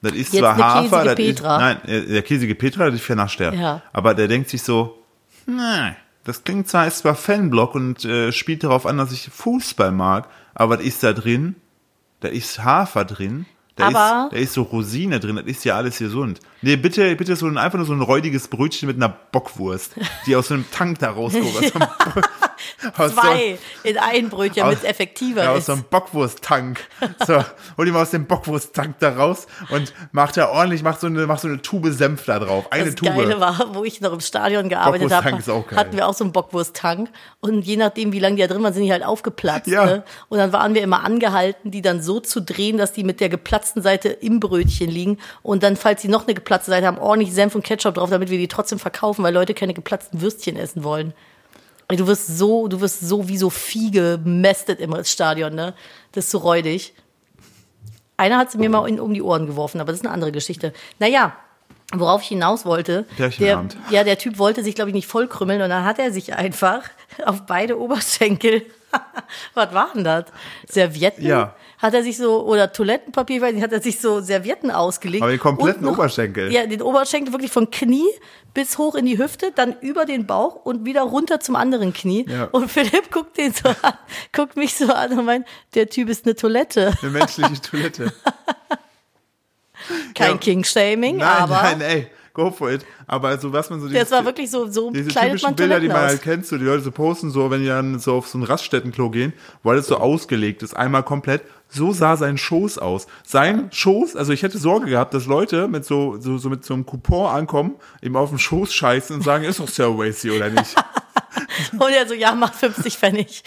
S1: das ist
S2: Jetzt
S1: zwar
S2: eine
S1: Hafer,
S2: käsige
S1: das ist,
S2: Petra.
S1: nein, äh, der käsige Petra, das ist vernascht der.
S2: Ja.
S1: Aber der denkt sich so, nein, das klingt zwar, ist zwar Fanblock und äh, spielt darauf an, dass ich Fußball mag, aber das ist da drin, da ist Hafer drin. Da,
S2: Aber-
S1: ist, da ist so Rosine drin, das ist ja alles gesund. Nee, bitte, bitte so ein, einfach nur so ein räudiges Brötchen mit einer Bockwurst, die aus einem Tank da rauskommt. aus so einem- aus so einem-
S2: Zwei in ein Brötchen, damit es effektiver
S1: ja,
S2: ist.
S1: aus so einem Bockwursttank. So, hol ihn mal aus dem Bockwursttank da raus und macht da ordentlich, macht so eine, macht so eine Tube Senf da drauf. Eine
S2: das
S1: Tube.
S2: Geile war, wo ich noch im Stadion gearbeitet habe,
S1: Bockwursttank ist auch geil.
S2: hatten wir auch so einen Bockwursttank. Und je nachdem, wie lange die da drin waren, sind die halt aufgeplatzt.
S1: Ja.
S2: Ne? Und dann waren wir immer angehalten, die dann so zu drehen, dass die mit der geplatzten Seite im Brötchen liegen. Und dann, falls sie noch eine geplatzte Seite haben, ordentlich Senf und Ketchup drauf, damit wir die trotzdem verkaufen, weil Leute keine geplatzten Würstchen essen wollen. Ey, Du wirst so, du wirst so wie so Vieh gemästet im Stadion, ne? Das ist so räudig. Einer hat sie mir mal in, um die Ohren geworfen, aber das ist eine andere Geschichte. Naja, worauf ich hinaus wollte. Der,
S1: Pärchenabend.
S2: ja, der Typ wollte sich, glaube ich, nicht vollkrümmeln und dann hat er sich einfach auf beide Oberschenkel, was war denn das? Servietten?
S1: Ja.
S2: Hat er sich so, oder Toilettenpapier, ich weiß nicht, hat er sich so Servietten ausgelegt.
S1: Aber den kompletten
S2: und noch-
S1: Oberschenkel.
S2: Ja, den Oberschenkel wirklich von Knie bis hoch in die Hüfte, dann über den Bauch und wieder runter zum anderen Knie.
S1: Ja.
S2: Und Philipp guckt den so an, guckt mich so an und meint, der Typ ist eine Toilette.
S1: Eine menschliche Toilette.
S2: Kein
S1: Ja.
S2: King-Shaming,
S1: Nein,
S2: aber
S1: nein, ey, go for it. Aber so was man so dieses,
S2: das war wirklich so, so
S1: diese
S2: kleidet
S1: typischen
S2: man
S1: Bilder, die
S2: Toiletten
S1: man
S2: aus.
S1: halt kennt, so die Leute so posten, so wenn die dann so auf so ein Raststättenklo gehen, wo alles so ausgelegt ist, einmal komplett. So sah sein Schoß aus. Sein Schoß, also ich hätte Sorge gehabt, dass Leute mit so, so, so mit so einem Coupon ankommen, ihm auf den Schoß scheißen und sagen, ist doch Stairways hier oder nicht? halt
S2: Und er so, ja, mach 50 Pfennig.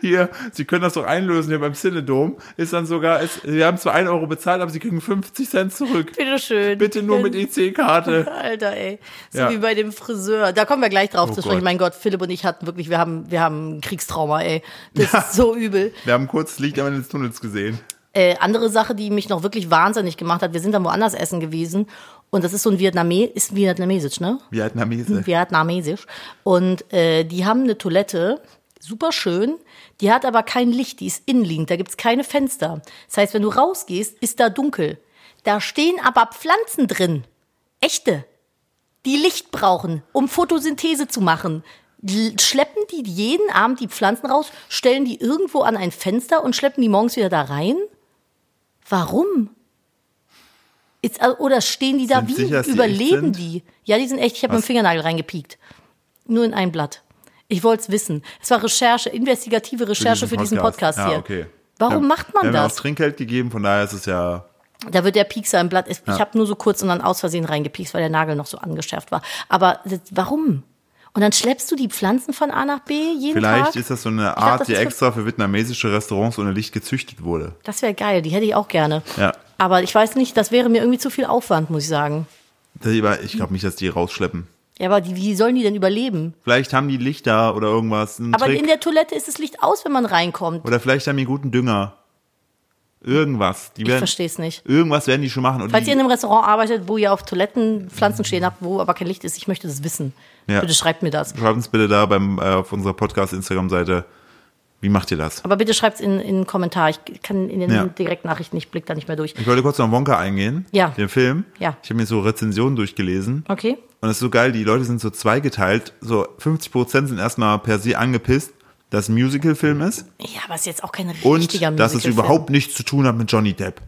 S1: Hier, Sie können das doch einlösen hier beim Cinedom. Ist dann sogar, ist, Sie haben zwar 1 Euro bezahlt, aber Sie kriegen 50 Cent zurück.
S2: Bitteschön.
S1: Bitte nur mit E EC-Karte.
S2: Alter, ey. So
S1: Ja.
S2: wie bei dem Friseur. Da kommen wir gleich drauf
S1: Oh
S2: zu sprechen.
S1: Gott.
S2: Mein Gott, Philipp und ich hatten wirklich, wir haben, wir haben ein Kriegstrauma, ey. Das ist so übel.
S1: Wir haben kurz das Licht am Ende des Tunnels gesehen.
S2: Äh, andere Sache, die mich noch wirklich wahnsinnig gemacht hat, wir sind dann woanders essen gewesen und das ist so ein Vietname ist vietnamesisch, ne?
S1: Vietnamese.
S2: Vietnamesisch. Und äh, die haben eine Toilette, super schön, die hat aber kein Licht, die ist innenliegend, da gibt's keine Fenster. Das heißt, wenn du rausgehst, ist da dunkel. Da stehen aber Pflanzen drin. Echte. die Licht brauchen, um Photosynthese zu machen, l- schleppen die jeden Abend die Pflanzen raus, stellen die irgendwo an ein Fenster und schleppen die morgens wieder da rein? Warum? Ist, äh, oder stehen die da
S1: Sind
S2: wie?
S1: sicher, dass die echt
S2: Überleben
S1: sind?
S2: die? Ja, die sind echt. Ich habe meinen Fingernagel reingepiekt. Nur in ein Blatt. Ich wollte es wissen. Es war Recherche, investigative Recherche für diesen Podcast,
S1: ja,
S2: hier.
S1: Ah, Okay.
S2: Warum
S1: Ja,
S2: macht man
S1: wir haben
S2: das?
S1: auch Trinkgeld gegeben, von daher ist es ja.
S2: Da wird der Piekser im Blatt. Ich
S1: Ja.
S2: habe nur so kurz und dann aus Versehen reingepiekst, weil der Nagel noch so angeschärft war. Aber das, warum? Und dann schleppst du die Pflanzen von A nach B jeden
S1: Vielleicht
S2: Tag?
S1: ist das so eine
S2: glaub,
S1: Art,
S2: das
S1: die
S2: trifft-
S1: extra für vietnamesische Restaurants ohne Licht gezüchtet wurde.
S2: das wäre geil, die hätte ich auch gerne.
S1: Ja.
S2: Aber ich weiß nicht, das wäre mir irgendwie zu viel Aufwand, muss ich sagen.
S1: Das- aber Ich glaube nicht, dass die rausschleppen.
S2: Ja, aber die, wie sollen die denn überleben?
S1: Vielleicht haben die Lichter oder irgendwas, einen
S2: Aber
S1: Trick.
S2: in der Toilette ist das Licht aus, wenn man reinkommt.
S1: Oder vielleicht haben die guten Dünger. Irgendwas. Die
S2: Ich
S1: werden,
S2: verstehe es nicht.
S1: irgendwas werden die schon machen. Und
S2: Falls ihr
S1: die,
S2: in einem Restaurant arbeitet, wo ihr auf Toiletten Pflanzen stehen habt, wo aber kein Licht ist, ich möchte das wissen.
S1: Ja.
S2: Bitte schreibt mir das.
S1: schreibt uns bitte da beim, äh, auf unserer Podcast-Instagram-Seite, wie macht ihr das?
S2: Aber bitte schreibt es in, in einen Kommentar. Ich kann in den
S1: Ja.
S2: Direktnachrichten, ich blick da nicht mehr durch.
S1: Ich wollte kurz noch auf Wonka eingehen.
S2: Ja.
S1: Den Film.
S2: Ja.
S1: Ich habe mir so Rezensionen durchgelesen.
S2: Okay.
S1: Und es ist so geil, die Leute sind so zweigeteilt. So 50% sind erstmal per se angepisst, dass es ein Musical-Film ist
S2: Ja, aber es ist jetzt auch kein
S1: und
S2: richtiger
S1: dass es
S2: Musicalfilm.
S1: überhaupt nichts zu tun hat mit Johnny Depp.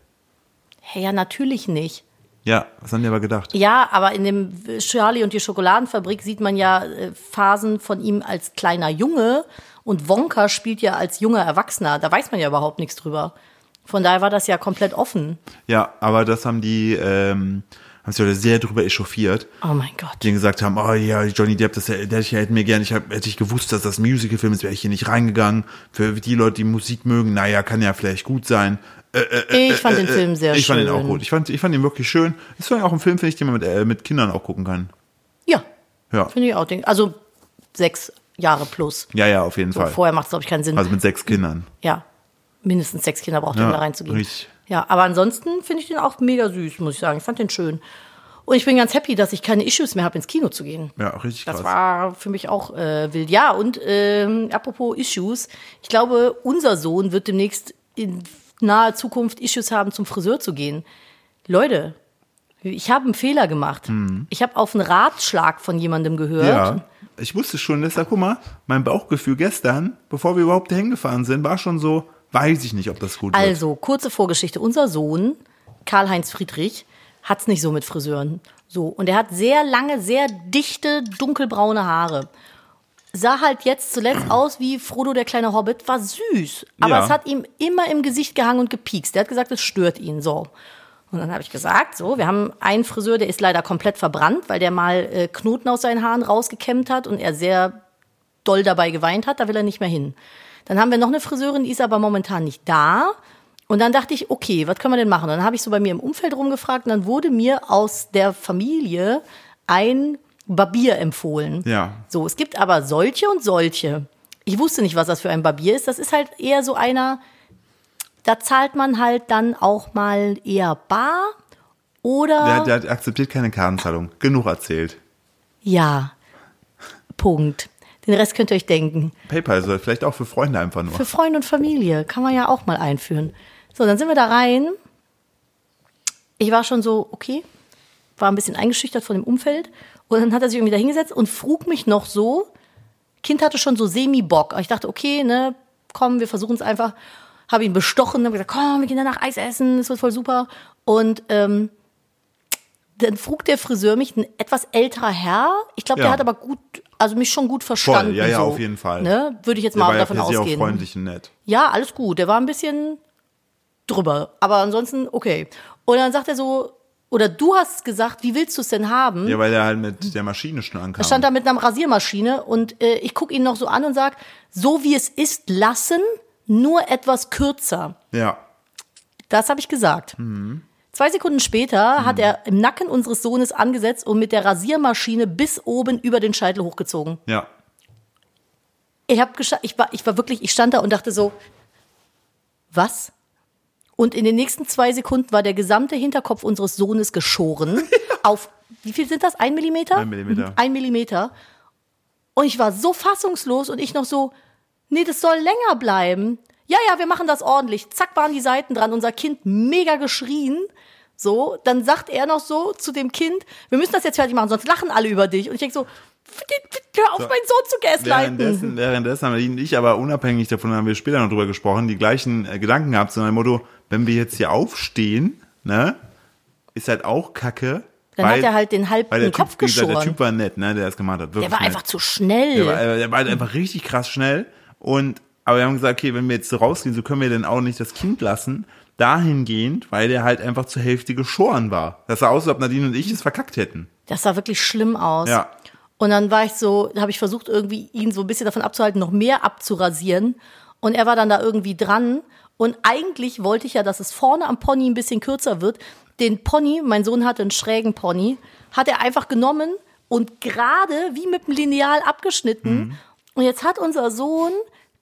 S2: Hey, ja, natürlich nicht.
S1: Ja, was haben die aber gedacht?
S2: Ja, aber in dem Charlie und die Schokoladenfabrik sieht man ja äh, Phasen von ihm als kleiner Junge und Wonka spielt ja als junger Erwachsener. Da weiß man ja überhaupt nichts drüber. Von daher war das ja komplett offen.
S1: Ja, aber das haben die, ähm, haben sich Leute sehr drüber echauffiert.
S2: Oh mein Gott.
S1: die dann gesagt haben, oh ja, Johnny Depp, das hätte ich hätte mir gerne, ich hab, hätte ich gewusst, dass das ein Musical-Film ist, wäre ich hier nicht reingegangen. Für die Leute, die Musik mögen, naja, kann ja vielleicht gut sein. Äh,
S2: ich fand den Film sehr
S1: ich
S2: schön.
S1: fand ihn auch gut. Ich fand, ich fand ihn wirklich schön. Ist doch auch ein Film, finde ich, den man mit, äh, mit Kindern auch gucken kann.
S2: Ja,
S1: Ja,
S2: finde ich auch. Den, also sechs Jahre plus.
S1: ja, ja, auf jeden
S2: So,
S1: Fall.
S2: vorher macht es, glaube ich, keinen Sinn.
S1: Also mit sechs Kindern.
S2: ja, mindestens sechs Kinder braucht er,
S1: Ja,
S2: um da reinzugehen.
S1: richtig.
S2: Ja, aber ansonsten finde ich den auch mega süß, muss ich sagen. Ich fand den schön. Und ich bin ganz happy, dass ich keine Issues mehr habe, ins Kino zu gehen.
S1: Ja, richtig
S2: Das
S1: krass.
S2: war für mich auch äh, wild. Ja, und ähm, apropos Issues, ich glaube, unser Sohn wird demnächst in naher Zukunft Issues haben, zum Friseur zu gehen. Leute, ich habe einen Fehler gemacht. Ich habe auf einen Ratschlag von jemandem gehört.
S1: Hm. ja. Ich wusste schon, deshalb, guck mal, mein Bauchgefühl gestern, bevor wir überhaupt dahin gefahren sind, war schon so, weiß ich nicht, ob das gut wird.
S2: Also, kurze Vorgeschichte. Unser Sohn, Karl-Heinz Friedrich, hat's nicht so mit Friseuren. So. Und er hat sehr lange, sehr dichte, dunkelbraune Haare. Sah halt jetzt zuletzt aus wie Frodo der kleine Hobbit, war süß. Aber
S1: Ja.
S2: es hat ihm immer im Gesicht gehangen und gepiekst. Er hat gesagt, es stört ihn so. Und dann habe ich gesagt, so, wir haben einen Friseur, der ist leider komplett verbrannt, weil der mal äh, Knoten aus seinen Haaren rausgekämmt hat und er sehr doll dabei geweint hat, da will er nicht mehr hin. Dann haben wir noch eine Friseurin, die ist aber momentan nicht da. Und dann dachte ich, okay, was können wir denn machen? Und dann habe ich so bei mir im Umfeld rumgefragt und dann wurde mir aus der Familie ein Barbier empfohlen.
S1: Ja.
S2: So, es gibt aber solche und solche. Ich wusste nicht, was das für ein Barbier ist. Das ist halt eher so einer, da zahlt man halt dann auch mal eher bar oder
S1: Der, der akzeptiert keine Kartenzahlung. Genug erzählt.
S2: ja. Punkt. Den Rest könnt ihr euch denken.
S1: PayPal soll vielleicht auch für Freunde einfach nur.
S2: Für Freunde und Familie kann man ja auch mal einführen. So, dann sind wir da rein. Ich war schon so, okay, war ein bisschen eingeschüchtert von dem Umfeld. Und dann hat er sich irgendwie da hingesetzt und frug mich noch so. Kind hatte schon so semi-Bock. Aber ich dachte, okay, ne, komm, wir versuchen es einfach. Habe ihn bestochen, habe gesagt, komm, wir gehen danach Eis essen, das wird voll super. Und ähm, dann frug der Friseur mich, ein etwas älterer Herr. Ich glaube, der
S1: Ja.
S2: hat aber gut, also mich schon gut verstanden.
S1: ja, ja,
S2: so,
S1: auf jeden Fall.
S2: Ne? Würde ich jetzt
S1: Der
S2: mal
S1: war ja
S2: davon
S1: per se auch
S2: ausgehen.
S1: freundlich und nett.
S2: Ja, alles gut. Der war ein bisschen drüber. Aber ansonsten, okay. Und dann sagt er so, oder du hast gesagt, wie willst du es denn haben?
S1: Ja, weil der halt mit der Maschine schon ankam.
S2: Er stand da mit einer Rasiermaschine und äh, ich guck ihn noch so an und sag, so wie es ist, lassen, nur etwas kürzer.
S1: ja.
S2: Das habe ich gesagt. Zwei Sekunden später hat er im Nacken unseres Sohnes angesetzt und mit der Rasiermaschine bis oben über den Scheitel hochgezogen.
S1: Ja.
S2: ich habe ich war, ich war wirklich, ich stand da und dachte so, was? Und in den nächsten zwei Sekunden war der gesamte Hinterkopf unseres Sohnes geschoren. auf, wie viel sind das? Ein Millimeter? Mhm.
S1: Ein Millimeter.
S2: Ein Millimeter. Und ich war so fassungslos und ich noch so, nee, das soll länger bleiben. Ja, ja, wir machen das ordentlich. Zack, waren die Seiten dran. Unser Kind mega geschrien. So, dann sagt er noch so zu dem Kind, wir müssen das jetzt fertig machen, sonst lachen alle über dich. Und ich denke so, hör auf,
S1: So.
S2: meinen Sohn zu gaslighten.
S1: Währenddessen, währenddessen haben Nadine und ich aber unabhängig davon, haben wir später noch drüber gesprochen, die gleichen äh, Gedanken gehabt, sondern dem Motto, wenn wir jetzt hier aufstehen, ne, ist halt auch kacke.
S2: Dann hat er halt den halben
S1: weil der
S2: Kopf
S1: typ, wie gesagt, Der
S2: geschoren.
S1: Typ war nett, ne, der das gemacht hat.
S2: Der
S1: wirklich
S2: war
S1: nett.
S2: einfach zu schnell.
S1: Der war, äh, der war halt einfach richtig krass schnell. Und, aber wir haben gesagt, okay, wenn wir jetzt so rausgehen, so können wir dann auch nicht das Kind lassen. Dahingehend, weil der halt einfach zur Hälfte geschoren war. Das sah aus, als ob Nadine und ich es verkackt hätten.
S2: Das sah wirklich schlimm aus.
S1: Ja.
S2: Und dann war ich so, da habe ich versucht, irgendwie ihn so ein bisschen davon abzuhalten, noch mehr abzurasieren. Und er war dann da irgendwie dran. Und eigentlich wollte ich ja, dass es vorne am Pony ein bisschen kürzer wird. Den Pony, mein Sohn hatte einen schrägen Pony, hat er einfach genommen und gerade wie mit dem Lineal abgeschnitten.
S1: Mhm.
S2: Und jetzt hat unser Sohn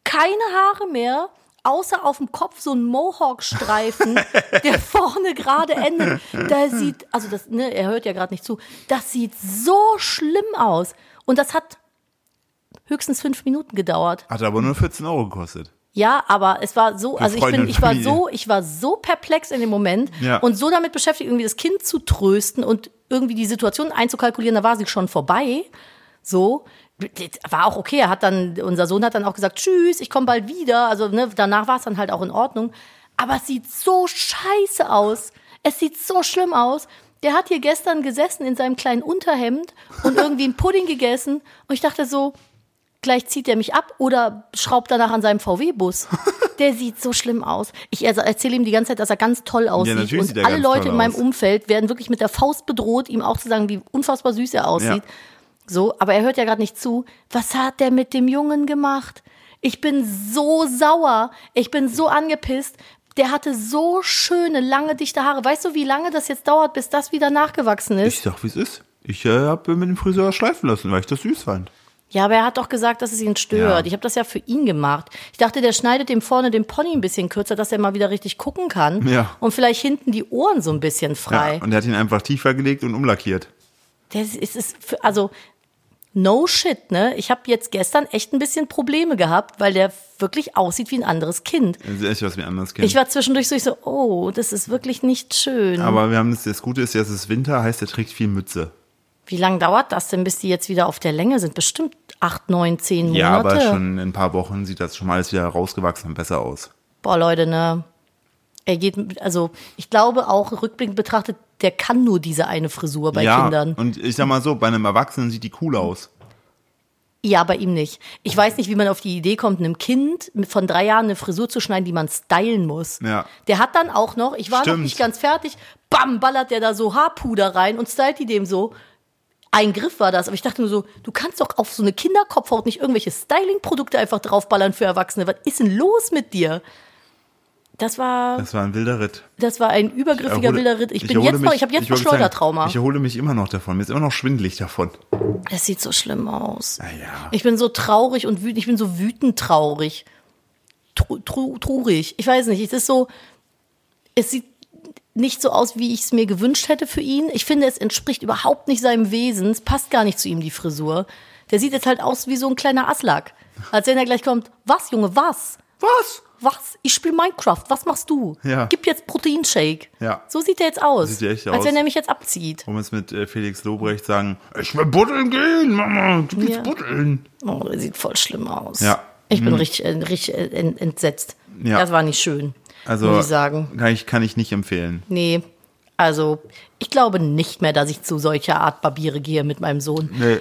S2: keine Haare mehr, außer auf dem Kopf so ein Mohawk-Streifen, der vorne gerade endet. Da sieht, also das, ne, er hört ja gerade nicht zu. Das sieht so schlimm aus. Und das hat höchstens fünf Minuten gedauert.
S1: Hat aber nur 14 Euro gekostet.
S2: Ja, aber es war so, also ich
S1: Freunde
S2: bin,
S1: und
S2: ich war
S1: Familie.
S2: so, ich war so perplex in dem Moment
S1: Ja.
S2: und so damit beschäftigt, irgendwie das Kind zu trösten und irgendwie die Situation einzukalkulieren, da war sie schon vorbei. So. Das War auch okay. Er hat dann, unser Sohn hat dann auch gesagt, tschüss, ich komme bald wieder. Also, ne, danach war es dann halt auch in Ordnung. Aber es sieht so scheiße aus. Es sieht so schlimm aus. Der hat hier gestern gesessen in seinem kleinen Unterhemd und irgendwie einen Pudding gegessen. Und ich dachte so, gleich zieht er mich ab oder schraubt danach an seinem VW-Bus. Der sieht so schlimm aus. Ich er- erzähle ihm die ganze Zeit, dass er ganz toll aussieht.
S1: natürlich sieht
S2: und
S1: er
S2: alle
S1: ganz
S2: Leute
S1: toll
S2: in meinem
S1: aus.
S2: Umfeld werden wirklich mit der Faust bedroht, ihm auch zu sagen, wie unfassbar süß er aussieht.
S1: Ja.
S2: So, aber er hört ja gerade nicht zu. Was hat der mit dem Jungen gemacht? Ich bin so sauer. Ich bin so angepisst. Der hatte so schöne, lange, dichte Haare. Weißt du, wie lange das jetzt dauert, bis das wieder nachgewachsen ist?
S1: Ich sag, wie es ist. Ich äh, habe mit dem Friseur schleifen lassen, weil ich das süß fand.
S2: Ja, aber er hat doch gesagt, dass es ihn stört.
S1: Ja.
S2: Ich habe das ja für ihn gemacht. Ich dachte, der schneidet dem vorne den Pony ein bisschen kürzer, dass er mal wieder richtig gucken kann.
S1: Ja.
S2: Und vielleicht hinten die Ohren so ein bisschen frei.
S1: Ja, und er hat ihn einfach tiefer gelegt und umlackiert.
S2: Das ist, ist für, also no shit, ne? Ich habe jetzt gestern echt ein bisschen Probleme gehabt, weil der wirklich aussieht wie ein anderes Kind.
S1: Das ist echt was wir anders kennen.
S2: Ich war zwischendurch so, ich so, oh, das ist wirklich nicht schön.
S1: Aber wir haben das, das Gute ist, ja, es ist Winter, heißt, er trägt viel Mütze.
S2: wie lange dauert das denn, bis die jetzt wieder auf der Länge sind? Bestimmt acht, neun, zehn Monate.
S1: Ja, aber schon in ein paar Wochen sieht das schon mal alles wieder rausgewachsen und besser aus.
S2: Boah, Leute, ne? Er geht, also ich glaube auch rückblickend betrachtet, der kann nur diese eine Frisur bei
S1: ja,
S2: Kindern.
S1: und ich sag mal so, bei einem Erwachsenen sieht die cool aus.
S2: Ja, bei ihm nicht. Ich weiß nicht, wie man auf die Idee kommt, einem Kind mit- von drei Jahren eine Frisur zu schneiden, die man stylen muss.
S1: Ja.
S2: Der hat dann auch noch, ich war noch
S1: Stimmt.
S2: nicht ganz fertig, bam, ballert der da so Haarpuder rein und stylt die dem so. Ein Griff war das, aber ich dachte nur so, du kannst doch auf so eine Kinderkopfhaut nicht irgendwelche Styling-Produkte einfach draufballern für Erwachsene. Was ist denn los mit dir? Das war.
S1: Das war ein wilder Ritt.
S2: Das war ein übergriffiger
S1: Erhole-
S2: wilder Ritt. Ich, bin
S1: erhole
S2: jetzt noch,
S1: mich-
S2: ich habe jetzt noch
S1: wollte sagen,
S2: Schleudertrauma.
S1: Ich erhole mich immer noch davon. Mir ist immer noch schwindelig davon.
S2: Es sieht so schlimm aus.
S1: ja.
S2: Ich bin so traurig und wütend. Ich bin so wütend traurig. Tru tru trurig. Ich weiß nicht. Es ist so, es sieht nicht so aus, wie ich es mir gewünscht hätte für ihn. Ich finde, es entspricht überhaupt nicht seinem Wesen. Es passt gar nicht zu ihm, die Frisur. Der sieht jetzt halt aus wie so ein kleiner Aslak. Als wenn er gleich kommt, was, Junge, was?
S1: Was?
S2: Was? Ich spiele Minecraft. Was machst du?
S1: Ja.
S2: Gib jetzt Proteinshake.
S1: Ja.
S2: So sieht er jetzt aus.
S1: Sieht er echt
S2: Als
S1: aus.
S2: wenn er mich jetzt abzieht.
S1: Um es mit äh, Felix Lobrecht sagen, ich will buddeln gehen, Mama, du willst
S2: Ja.
S1: buddeln.
S2: Oh, das sieht voll schlimm aus.
S1: Ja. Mhm.
S2: Ich bin richtig, äh, richtig äh, en- entsetzt.
S1: Ja.
S2: Das war nicht schön.
S1: Also
S2: Muss ich sagen.
S1: Kann, ich, kann ich nicht empfehlen.
S2: Nee. Also, ich glaube nicht mehr, dass ich zu solcher Art Barbiere gehe mit meinem Sohn.
S1: Nee,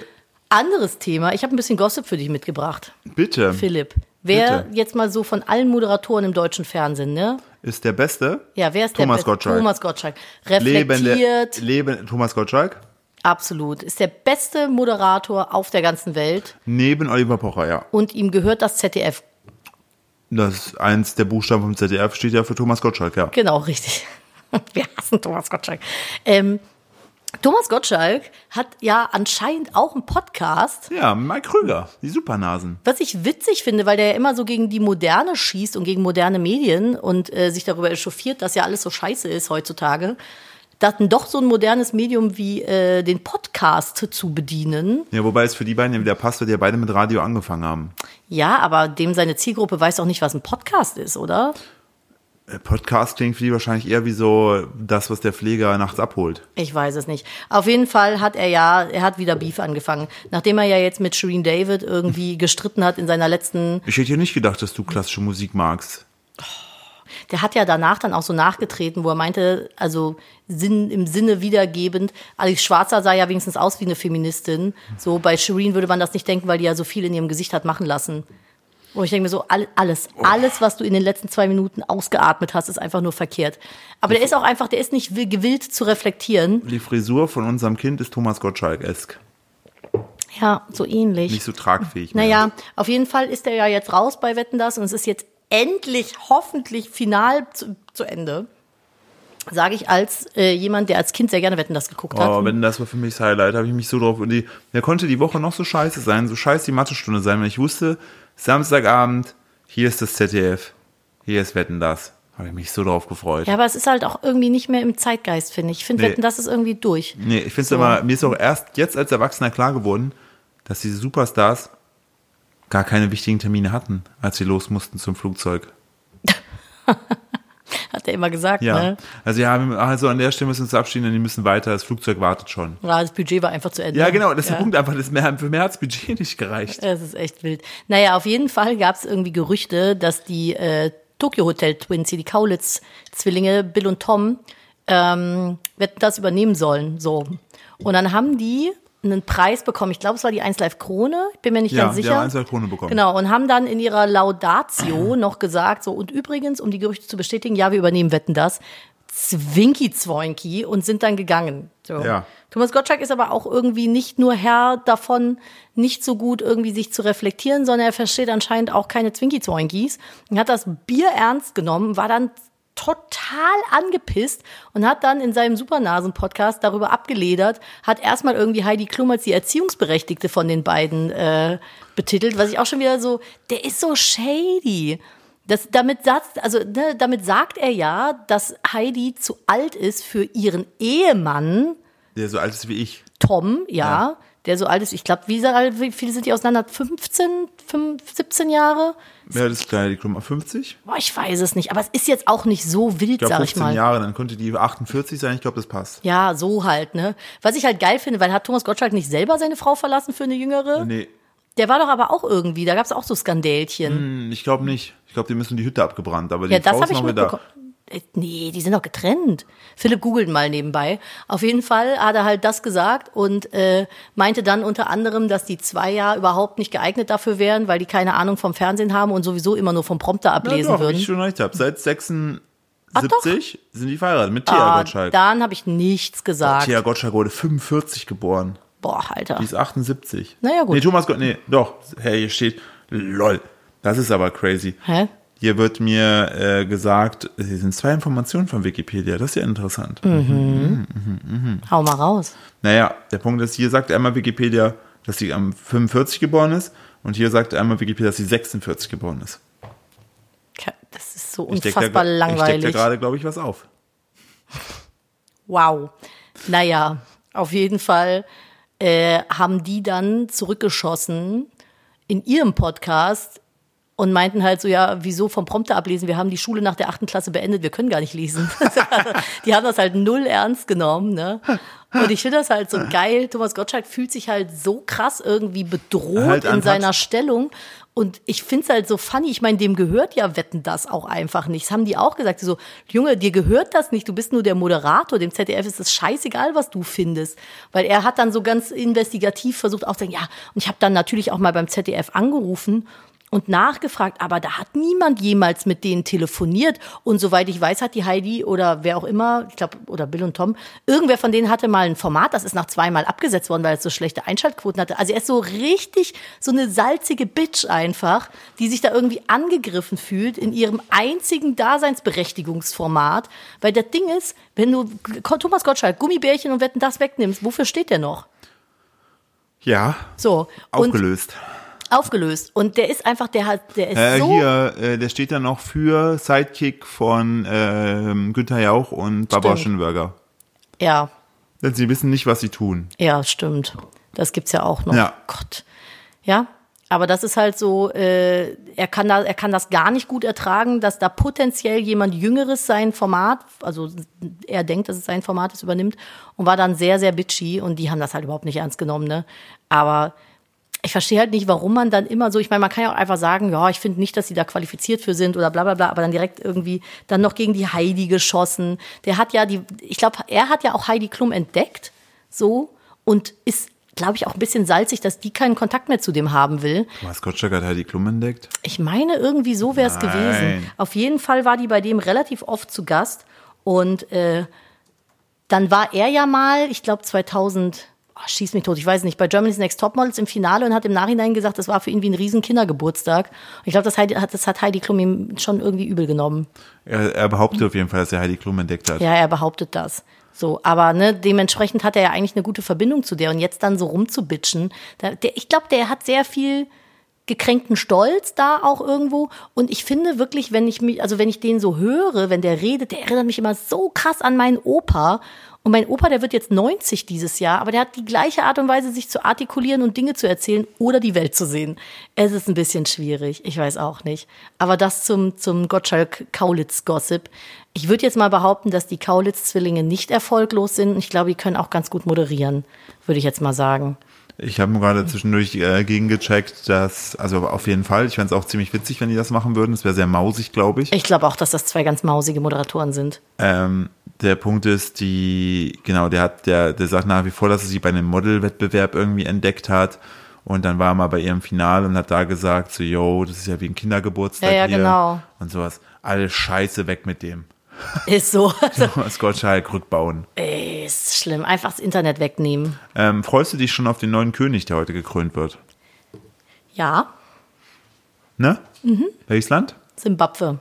S2: Anderes Thema. Ich habe ein bisschen Gossip für dich mitgebracht,
S1: bitte.
S2: Philipp. Wer
S1: Bitte.
S2: jetzt mal so von allen Moderatoren im deutschen Fernsehen, ne?
S1: Ist der Beste.
S2: Ja, wer ist
S1: Thomas
S2: der Beste?
S1: Gottschalk.
S2: Thomas Gottschalk.
S1: Lebende,
S2: Reflektiert.
S1: Leben, Thomas Gottschalk.
S2: Absolut. Ist der beste Moderator auf der ganzen Welt
S1: Neben Oliver Pocher, ja.
S2: und ihm gehört das ZDF.
S1: Das ist eins der Buchstaben vom ZDF, steht ja für Thomas Gottschalk, ja.
S2: Genau, richtig. Wir hassen Thomas Gottschalk. Ähm, Thomas Gottschalk hat ja anscheinend auch einen Podcast,
S1: Ja, Mike Krüger, die Supernasen.
S2: was ich witzig finde, weil der ja immer so gegen die Moderne schießt und gegen moderne Medien und äh, sich darüber echauffiert, dass ja alles so scheiße ist heutzutage. Da hatten doch so ein modernes Medium wie äh, den Podcast zu bedienen.
S1: Ja, wobei es für die beiden ja wieder passt, weil die ja beide mit Radio angefangen haben.
S2: Ja, aber dem seine Zielgruppe weiß auch nicht, was ein Podcast ist, oder?
S1: Äh, Podcast klingt für die wahrscheinlich eher wie so das, was der Pfleger nachts abholt.
S2: Ich weiß es nicht. Auf jeden Fall hat er ja, er hat wieder Beef angefangen. Nachdem er ja jetzt mit Shereen David irgendwie gestritten hat in seiner letzten,
S1: Ich hätte ja nicht gedacht, dass du klassische Musik magst.
S2: der hat ja danach dann auch so nachgetreten, wo er meinte, also Sinn, im Sinne wiedergebend, Alex Schwarzer sah ja wenigstens aus wie eine Feministin. So bei Shereen würde man das nicht denken, weil die ja so viel in ihrem Gesicht hat machen lassen. Und ich denke mir so, all- alles, alles, was du in den letzten zwei Minuten ausgeatmet hast, ist einfach nur verkehrt. Aber der ist auch einfach, der ist nicht will- gewillt zu reflektieren.
S1: Die Frisur von unserem Kind ist Thomas Gottschalk-esk.
S2: Ja, so ähnlich.
S1: Nicht so tragfähig. mehr.
S2: Naja, auf jeden Fall ist er ja jetzt raus bei Wetten das und es ist jetzt endlich, hoffentlich final zu, zu Ende. Sage ich als äh, jemand, der als Kind sehr gerne Wetten das geguckt hat.
S1: Oh, wenn das war für mich das Highlight, habe ich mich so drauf. Und die, der konnte die Woche noch so scheiße sein, so scheiße die Mathestunde sein, wenn ich wusste, Samstagabend, hier ist das ZDF, hier ist Wetten das. Habe ich mich so drauf gefreut.
S2: ja, aber es ist halt auch irgendwie nicht mehr im Zeitgeist, finde ich. Ich finde,
S1: Nee.
S2: Wetten das ist irgendwie durch.
S1: Nee, ich finde es immer, mir ist auch erst jetzt als Erwachsener klar geworden, dass diese Superstars gar keine wichtigen Termine hatten, als sie los mussten zum Flugzeug.
S2: Hat er immer gesagt,
S1: Ja.
S2: ne?
S1: Also ja, wir- also an der Stelle müssen wir uns verabschieden, denn die müssen weiter, das Flugzeug wartet schon.
S2: Ja, das Budget war einfach zu Ende.
S1: Ja, genau, das ist der
S2: Ja.
S1: Punkt einfach, das mehr, für mehr hat das Budget nicht gereicht.
S2: Das ist echt wild. Naja, auf jeden Fall gab es irgendwie Gerüchte, dass die äh, Tokyo Hotel Twins, hier die Kaulitz-Zwillinge, Bill und Tom, ähm, Wetten, das übernehmen sollen. So. Und dann haben die einen Preis bekommen. Ich glaube, es war die 1 Live Krone. Ich bin mir nicht
S1: Ja,
S2: ganz
S1: die
S2: sicher.
S1: haben 1 Live Krone bekommen.
S2: Genau. Und haben dann in ihrer Laudatio noch gesagt, so, und übrigens, um die Gerüchte zu bestätigen, ja, wir übernehmen Wetten, das. Zwinki Zwoinki und sind dann gegangen. So.
S1: Ja.
S2: Thomas Gottschalk ist aber auch irgendwie nicht nur Herr davon, nicht so gut irgendwie sich zu reflektieren, sondern er versteht anscheinend auch keine Zwinki-Zwoinkies und hat das Bier ernst genommen, war dann total angepisst und hat dann in seinem Supernasen-Podcast darüber abgeledert, hat erstmal irgendwie Heidi Klum als die Erziehungsberechtigte von den beiden äh, betitelt, was ich auch schon wieder so, der ist so shady. Das, damit, sagt, also, ne, damit sagt er ja, dass Heidi zu alt ist für ihren Ehemann,
S1: Der so alt ist wie ich.
S2: Tom, ja, der so alt ist, ich glaube, wie, alt- wie viele sind die auseinander? 15, 5, 17 Jahre?
S1: Wer das ist kleine, die Klummer 50?
S2: Boah, ich weiß es nicht, aber es ist jetzt auch nicht so wild,
S1: Ich glaube
S2: sag ich
S1: 15
S2: mal.
S1: Jahre, dann könnte die 48 sein, ich glaube, das passt.
S2: Ja, so halt, ne? Was ich halt geil finde, weil hat Thomas Gottschalk nicht selber seine Frau verlassen für eine Jüngere?
S1: Nee,
S2: Der war doch aber auch irgendwie, da gab es auch so Skandälchen.
S1: hm, ich glaube nicht. Ich glaube, die müssen die Hütte abgebrannt, aber die
S2: ja, das
S1: Frau ist
S2: habe ich
S1: noch wieder.
S2: mitbekommen. Äh, Nee, die sind doch getrennt. Philipp googelt mal nebenbei. Auf jeden Fall hat er halt das gesagt und äh, meinte dann unter anderem, dass die zwei ja überhaupt nicht geeignet dafür wären, weil die keine Ahnung vom Fernsehen haben und sowieso immer nur vom Prompter
S1: Ja,
S2: ablesen
S1: doch, wie ich
S2: würden.
S1: schon recht habe. Seit 76
S2: doch.
S1: sind die verheiratet mit Thea
S2: Ah,
S1: Gottschalk.
S2: dann habe ich nichts gesagt.
S1: Thea Gottschalk wurde 45 geboren.
S2: Boah, Alter.
S1: Die ist 78.
S2: Naja, gut.
S1: Nee, Thomas Gott, nee, doch. Hey, hier steht, lol. Das ist aber crazy.
S2: Hä?
S1: Hier wird mir äh, gesagt, hier sind zwei Informationen von Wikipedia. Das ist ja interessant.
S2: Hm. Hau mal raus.
S1: Naja, der Punkt ist, hier sagt einmal Wikipedia, dass sie am 45 geboren ist und hier sagt einmal Wikipedia, dass sie 46 geboren ist.
S2: Ke- Das ist so
S1: Ich deck
S2: unfassbar
S1: da, Ich
S2: langweilig.
S1: steck da gerade, glaube ich, was auf.
S2: Wow. Naja, auf jeden Fall äh, haben die dann zurückgeschossen in ihrem Podcast und meinten halt so, ja, wieso vom Prompter ablesen? Wir haben die Schule nach der achten Klasse beendet, wir können gar nicht lesen. die haben das halt null ernst genommen, ne? Und ich finde das halt so geil. Thomas Gottschalk fühlt sich halt so krass irgendwie bedroht
S1: Halt
S2: in
S1: anpackt.
S2: seiner Stellung. Und ich finde es halt so funny. Ich meine, dem gehört ja Wetten das auch einfach nicht. Das haben die auch gesagt. Die So, Junge, dir gehört das nicht. Du bist nur der Moderator. Dem ZDF ist es scheißegal, was du findest. Weil er hat dann so ganz investigativ versucht auch zu sagen, ja, und ich habe dann natürlich auch mal beim ZDF angerufen und nachgefragt, aber da hat niemand jemals mit denen telefoniert. Und soweit ich weiß, hat die Heidi oder wer auch immer, ich glaube, oder Bill und Tom, irgendwer von denen hatte mal ein Format, das ist nach zweimal abgesetzt worden, weil es so schlechte Einschaltquoten hatte. Also er ist so richtig so eine salzige Bitch einfach, die sich da irgendwie angegriffen fühlt in ihrem einzigen Daseinsberechtigungsformat. Weil das Ding ist, wenn du Thomas Gottschalk, Gummibärchen und Wetten das wegnimmst, wofür steht der noch?
S1: Ja,
S2: So. Und
S1: aufgelöst.
S2: aufgelöst. Und der ist einfach, der hat, der ist
S1: äh,
S2: so.
S1: Hier, äh, der steht dann noch für Sidekick von ähm, Günther Jauch und Barbara
S2: Stimmt.
S1: Schönberger.
S2: Ja,
S1: Denn sie wissen nicht, was sie tun.
S2: Ja, stimmt. Das gibt's ja auch noch.
S1: Ja.
S2: Gott. Ja. Aber das ist halt so, äh, er, kann da, er kann das gar nicht gut ertragen, dass da potenziell jemand Jüngeres sein Format, also er denkt, dass es sein Format ist, übernimmt und war dann sehr, sehr bitchy und die haben das halt überhaupt nicht ernst genommen, ne? Aber ich verstehe halt nicht, warum man dann immer so, ich meine, man kann ja auch einfach sagen, ja, ich finde nicht, dass sie da qualifiziert für sind oder bla bla bla, aber dann direkt irgendwie dann noch gegen die Heidi geschossen. Der hat ja die, ich glaube, er hat ja auch Heidi Klum entdeckt, so, und ist, glaube ich, auch ein bisschen salzig, dass die keinen Kontakt mehr zu dem haben will.
S1: Thomas Gottschalk hat Heidi Klum entdeckt.
S2: Ich meine, irgendwie so wäre es
S1: Nein.
S2: gewesen. Auf jeden Fall war die bei dem relativ oft zu Gast. Und äh, dann war er ja mal, ich glaube 2000, ah, schieß mich tot, ich weiß nicht, bei Germany's Next Topmodels im Finale und hat im Nachhinein gesagt, das war für ihn wie ein riesen Kindergeburtstag. Und ich glaube, das, Heidi- hat- das hat Heidi Klum ihm schon irgendwie übel genommen.
S1: Er, er behauptet auf jeden Fall, dass er Heidi Klum entdeckt hat.
S2: Ja, er behauptet das. So, aber ne, dementsprechend hat er ja eigentlich eine gute Verbindung zu der und jetzt dann so rumzubitschen. Da, der, ich glaube, der hat sehr viel gekränkten Stolz da auch irgendwo und ich finde wirklich, wenn ich mich, also wenn ich den so höre, wenn der redet, der erinnert mich immer so krass an meinen Opa und mein Opa, der wird jetzt 90 dieses Jahr, aber der hat die gleiche Art und Weise, sich zu artikulieren und Dinge zu erzählen oder die Welt zu sehen. Es ist ein bisschen schwierig, ich weiß auch nicht. Aber das zum, zum Gottschalk-Kaulitz-Gossip. Ich würde jetzt mal behaupten, dass die Kaulitz-Zwillinge nicht erfolglos sind. Ich glaube, die können auch ganz gut moderieren, würde ich jetzt mal sagen.
S1: Ich habe gerade zwischendurch äh, gegengecheckt, dass, also auf jeden Fall, ich fänd's auch ziemlich witzig, wenn die das machen würden. Das wäre sehr mausig, glaube ich.
S2: Ich glaube auch, dass das zwei ganz mausige Moderatoren sind.
S1: Ähm, der Punkt ist, die, genau, der hat, der, der sagt nach wie vor, dass er sie bei einem Modelwettbewerb irgendwie entdeckt hat. Und dann war er mal bei ihrem Finale und hat da gesagt, so, yo, das ist ja wie ein Kindergeburtstag
S2: Ja, ja,
S1: hier.
S2: genau.
S1: Und sowas. Alle Scheiße weg mit dem.
S2: Ist so.
S1: Thomas Gottschalk rückbauen.
S2: Ey, ist schlimm. Einfach das Internet wegnehmen.
S1: Ähm, freust du dich schon auf den neuen König, der heute gekrönt wird?
S2: Ja,
S1: Ne? Mhm. Welches Land?
S2: Simbabwe.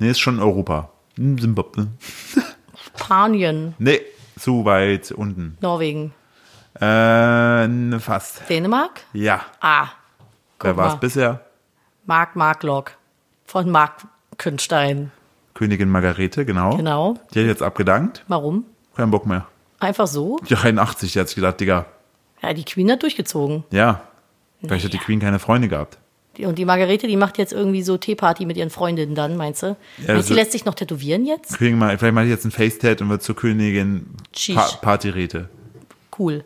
S1: Nee, ist schon Europa. Hm, Simbabwe.
S2: Spanien,
S1: Nee, zu weit unten.
S2: Norwegen,
S1: Äh, ne, fast.
S2: Dänemark.
S1: Ja.
S2: Ah,
S1: Wer war es
S2: mal.
S1: bisher?
S2: Mark Marklock von Mark Künstein.
S1: Königin Margarete, genau.
S2: Genau.
S1: Die hat jetzt abgedankt.
S2: Warum?
S1: Kein Bock mehr.
S2: Einfach so?
S1: Die 81, die hat sich gedacht, Digga,
S2: Ja, die Queen hat durchgezogen.
S1: ja. Vielleicht hat die Queen keine Freunde gehabt.
S2: Die- Und die Margarete, die macht jetzt irgendwie so Teeparty mit ihren Freundinnen dann, meinst du? meinst,
S1: also-
S2: die lässt sich noch tätowieren jetzt?
S1: Königin Mar vielleicht macht die jetzt ein Face-Tat und wird zur Königin
S2: Sheesh.
S1: pa Partirete.
S2: Cool.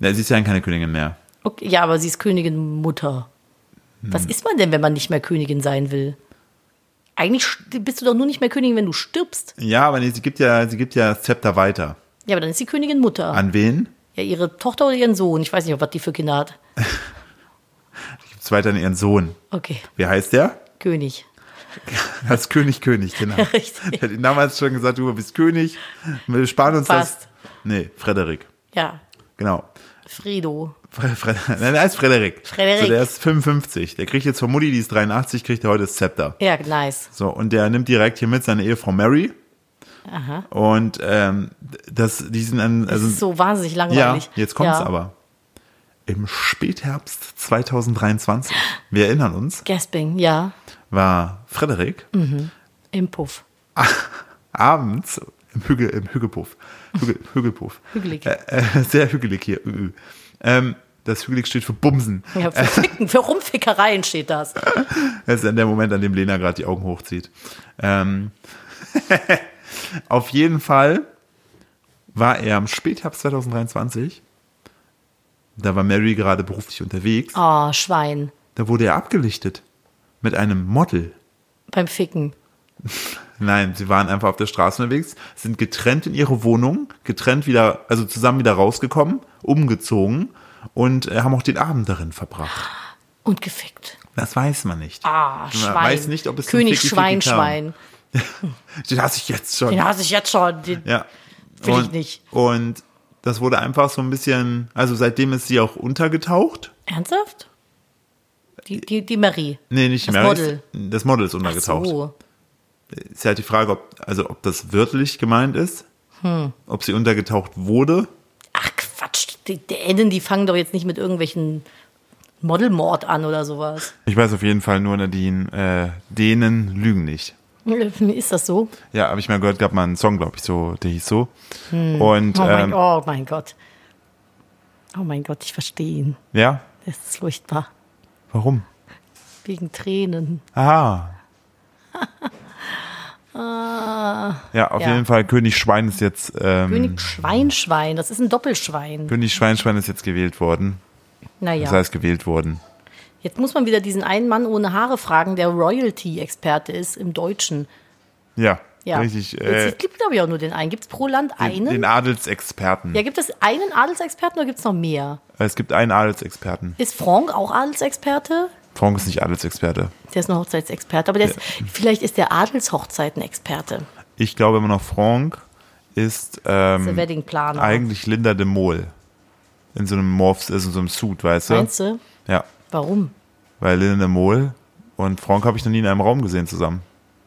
S1: Na, sie ist ja keine Königin mehr.
S2: Okay, ja, aber sie ist Königin Mutter. Was
S1: Hm.
S2: ist man denn, wenn man nicht mehr Königin sein will? Eigentlich st- bist du doch nur nicht mehr Königin, wenn du stirbst.
S1: Ja, aber nee, sie gibt ja, sie gibt ja das Zepter weiter.
S2: Ja, aber dann ist sie Königin Mutter.
S1: An wen?
S2: Ja, ihre Tochter oder ihren Sohn. Ich weiß nicht, was die für Kinder hat.
S1: Gibt's weiter an ihren Sohn.
S2: Okay,
S1: Wie heißt der?
S2: König.
S1: Als König, König, genau.
S2: Richtig.
S1: Ich hätte ihm damals schon gesagt, du bist König. Wir sparen uns
S2: Fast.
S1: das. Nee, Frederik.
S2: Ja,
S1: Genau.
S2: Fredo.
S1: Fre Fre Nein, der ist Frederik.
S2: Frederik.
S1: So, der ist 55. Der kriegt jetzt von Mutti, die ist 83, kriegt er heute das Zepter.
S2: Ja, nice.
S1: So, und der nimmt direkt hier mit seine Ehefrau Mary. Aha. Und ähm, das, die sind dann,
S2: Das
S1: also,
S2: ist so wahnsinnig
S1: ja,
S2: langweilig.
S1: jetzt kommt's
S2: Ja.
S1: aber. Im Spätherbst 2023, wir erinnern uns,
S2: Gasping, ja.
S1: war Frederik
S2: Mhm. Im Puff.
S1: abends im, Hügel, im Hügelpuff, Hügel, Hügelpuff,
S2: Hügelig.
S1: Äh, äh, sehr hügelig hier. Ü, ü. Ähm, das hügelig steht für Bumsen.
S2: Ja, für, Ficken, für Rumfickereien steht das.
S1: Das ist dann der Moment, an dem Lena gerade die Augen hochzieht. Ähm, auf jeden Fall war er im Spätherbst 2023. Da war Mary gerade beruflich unterwegs.
S2: Oh, Schwein.
S1: Da wurde er abgelichtet. Mit einem Model.
S2: Beim Ficken.
S1: Nein, sie waren einfach auf der Straße unterwegs, sind getrennt in ihre Wohnung, getrennt wieder, also zusammen wieder rausgekommen, umgezogen und äh, haben auch den Abend darin verbracht.
S2: Und gefickt.
S1: Das weiß man nicht.
S2: Ah,
S1: Man
S2: Schwein.
S1: weiß nicht, ob es ein
S2: König
S1: Ficky-Ficky
S2: Schwein,
S1: kam.
S2: Schwein.
S1: Den hasse ich jetzt schon.
S2: Den hasse ich jetzt schon. Den,
S1: Ja.
S2: Will ich
S1: und,
S2: nicht.
S1: Und das wurde einfach so ein bisschen, also seitdem ist sie auch untergetaucht.
S2: Ernsthaft? Die, die, die Marie.
S1: Nee, nicht
S2: Das
S1: Mary,
S2: Model.
S1: Das Model ist
S2: Ach
S1: untergetaucht.
S2: so.
S1: Ist halt die Frage, ob, also ob das wörtlich gemeint ist,
S2: Hm.
S1: ob sie untergetaucht wurde.
S2: Ach Quatsch, die Dänen, die fangen doch jetzt nicht mit irgendwelchen Modelmord an oder sowas.
S1: Ich weiß auf jeden Fall nur, Nadine, äh, denen lügen nicht.
S2: Ist das so? Oh
S1: Ja, habe ich mal gehört, gab mal einen Song, glaube ich, so, der hieß so. Und
S2: Oh mein,
S1: ähm,
S2: oh mein Gott. Oh mein Gott, ich verstehe ihn.
S1: ja,
S2: Das ist furchtbar.
S1: Warum?
S2: Wegen Tränen.
S1: Ah. ja, auf
S2: Ah. ja.
S1: jeden Fall, König Schwein ist jetzt, ähm, König,
S2: König Schweinschwein, das ist ein Doppelschwein.
S1: Schweinschwein ist jetzt gewählt worden. Das
S2: Naja,
S1: heißt, gewählt worden.
S2: jetzt muss man wieder diesen einen Mann ohne Haare fragen, der Royalty-Experte ist im Deutschen.
S1: Ja,
S2: Ja.
S1: richtig. Äh,
S2: es gibt, glaube ich, auch nur den einen. Gibt es pro Land einen?
S1: den, den Adelsexperten.
S2: ja, gibt es einen Adelsexperten oder gibt es noch mehr?
S1: Es gibt einen Adelsexperten.
S2: Ist Franck auch Adelsexperte?
S1: Frank ist nicht Adelsexperte.
S2: Der ist ein Hochzeitsexperte, aber der ist, vielleicht ist der
S1: Hm.
S2: Adelshochzeitenexperte,
S1: Ich glaube immer noch, Frank ist
S2: der
S1: ähm,
S2: Weddingplaner.
S1: eigentlich Linda de Mol. In so einem Morphs, also in so einem Suit, weißt du?
S2: Meinst du?
S1: Ja,
S2: Warum?
S1: weil Linda de Mol und Frank habe ich noch nie in einem Raum gesehen zusammen.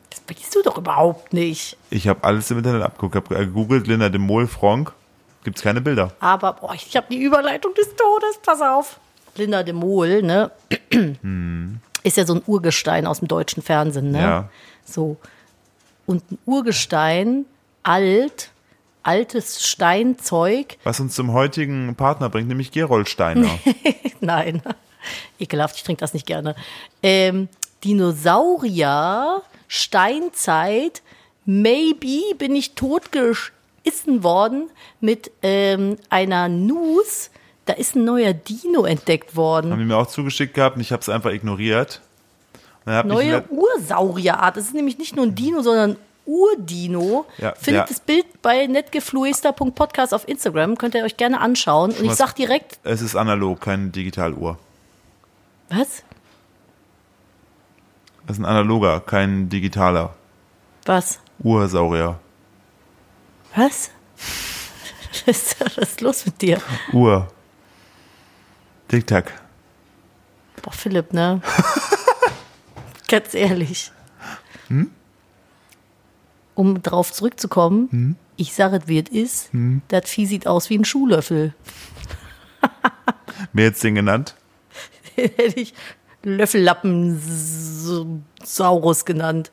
S2: Das bist du doch überhaupt nicht.
S1: Ich habe alles im Internet abgeguckt, habe gegoogelt, Linda de Mol, Frank, gibt es keine Bilder.
S2: Aber boah, ich habe die Überleitung des Todes, pass auf. Linda de Mol, ne? Ist ja so ein Urgestein aus dem deutschen Fernsehen, ne?
S1: Hm. Ja.
S2: So. Und ein Urgestein, alt, altes Steinzeug.
S1: Was uns zum heutigen Partner bringt, nämlich Gerold Steiner.
S2: Nein. Ekelhaft, ich trinke das nicht gerne. Ähm, Dinosaurier, Steinzeit, maybe bin ich totgeschissen worden mit ähm, einer Nuss. Da ist ein neuer Dino entdeckt worden.
S1: Haben die mir auch zugeschickt gehabt und ich habe es einfach ignoriert. Und Dann hab ich
S2: Neue
S1: le-
S2: Ursaurierart. Es ist nämlich nicht nur ein Dino, sondern ein Urdino.
S1: Ja,
S2: Findet
S1: ja.
S2: das Bild bei netgefluester.podcast auf Instagram. Könnt ihr euch gerne anschauen. Und ich
S1: was-
S2: sag direkt,
S1: es ist analog, keine Digitaluhr.
S2: was?
S1: Es ist ein analoger, kein digitaler
S2: Was?
S1: Ursaurier.
S2: Was? Was ist los mit dir?
S1: Uhr. Tic-Tac.
S2: Boah, Philipp, ne? Ganz ehrlich. Um drauf zurückzukommen, ich sage es, wie es ist, das Vieh sieht aus wie ein Schuhlöffel.
S1: Wer jetzt den genannt?
S2: Den hätte ich Löffellappen-Saurus genannt.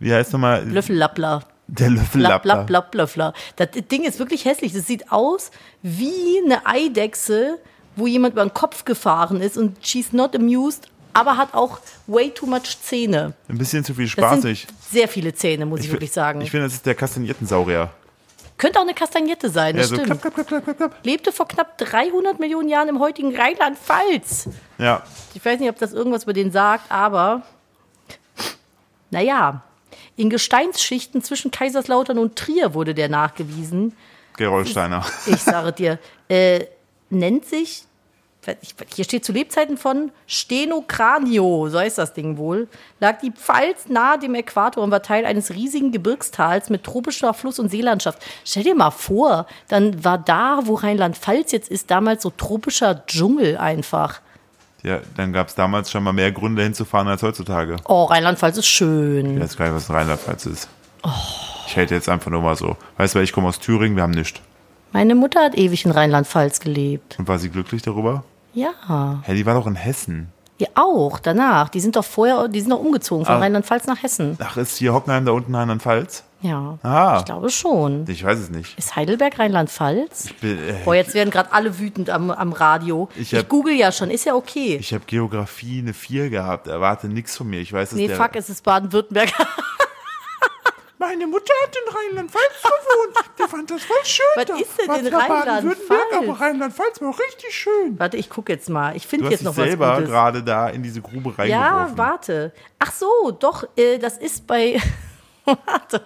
S1: Wie heißt nochmal?
S2: Löffellappler.
S1: der
S2: Lapp,
S1: Löffellappler.
S2: lapp, lapp, löffler. Das Ding ist wirklich hässlich. Das sieht aus wie eine Eidechse, wo jemand über den Kopf gefahren ist und she's not amused, aber hat auch way too much Zähne.
S1: Ein bisschen zu viel
S2: Das
S1: spaßig.
S2: sind sehr viele Zähne, muss ich, wirklich sagen.
S1: Ich finde, das ist der Kastaniertensaurier.
S2: Könnte auch eine Kastagnette sein, das
S1: so
S2: stimmt.
S1: klapp, klapp, klapp, klapp, klapp, klapp.
S2: Lebte vor knapp 300 Millionen Jahren im heutigen Rheinland-Pfalz.
S1: Ja,
S2: Ich weiß nicht, ob das irgendwas über den sagt, aber naja. In Gesteinsschichten zwischen Kaiserslautern und Trier wurde der nachgewiesen.
S1: Gerold Steiner.
S2: Ich sage dir, äh, nennt sich, ich- hier steht zu Lebzeiten von Stenocranio, so heißt das Ding wohl, lag die Pfalz nahe dem Äquator und war Teil eines riesigen Gebirgstals mit tropischer Fluss- und Seelandschaft. Stell dir mal vor, dann war da, wo Rheinland-Pfalz jetzt ist, damals so tropischer Dschungel einfach.
S1: Ja, dann gab es damals schon mal mehr Gründe hinzufahren als heutzutage.
S2: Oh, Rheinland-Pfalz ist schön.
S1: Ich weiß gar nicht, was in Rheinland-Pfalz ist. Ich hätte jetzt einfach nur mal so. Weißt du, weil ich komme aus Thüringen, wir haben nichts.
S2: Meine Mutter hat ewig in Rheinland-Pfalz gelebt.
S1: Und war sie glücklich darüber?
S2: Ja,
S1: Hä, die war doch in Hessen.
S2: ihr auch, danach. Die sind doch vorher, die sind doch umgezogen von
S1: Ah.
S2: Rheinland-Pfalz nach Hessen.
S1: Ach, ist hier Hockenheim da unten Rheinland-Pfalz?
S2: Ja,
S1: Ah.
S2: ich glaube schon.
S1: Ich weiß es nicht.
S2: Ist Heidelberg Rheinland-Pfalz?
S1: Ich bin, äh,
S2: Boah, jetzt werden gerade alle wütend am, am Radio. Ich,
S1: Ich hab-
S2: google ja schon, ist ja okay.
S1: Ich habe Geografie eine 4 gehabt. Erwarte nichts von mir. Ich weiß es
S2: nee,
S1: der-
S2: fuck, es ist Baden-Württemberg.
S1: Meine Mutter hat in Rheinland-Pfalz gewohnt. Die fand das voll schön.
S2: Was da. ist denn Was in war Baden-Württemberg, Rheinland-Pfalz? aber
S1: Rheinland-Pfalz war auch richtig schön.
S2: warte, ich gucke jetzt mal. Ich
S1: Du
S2: finde
S1: hast
S2: jetzt
S1: dich
S2: noch was
S1: selber
S2: Gutes.
S1: gerade da in diese Grube
S2: Ja,
S1: reingeworfen.
S2: warte. Ach so, doch, äh, das ist bei. warte.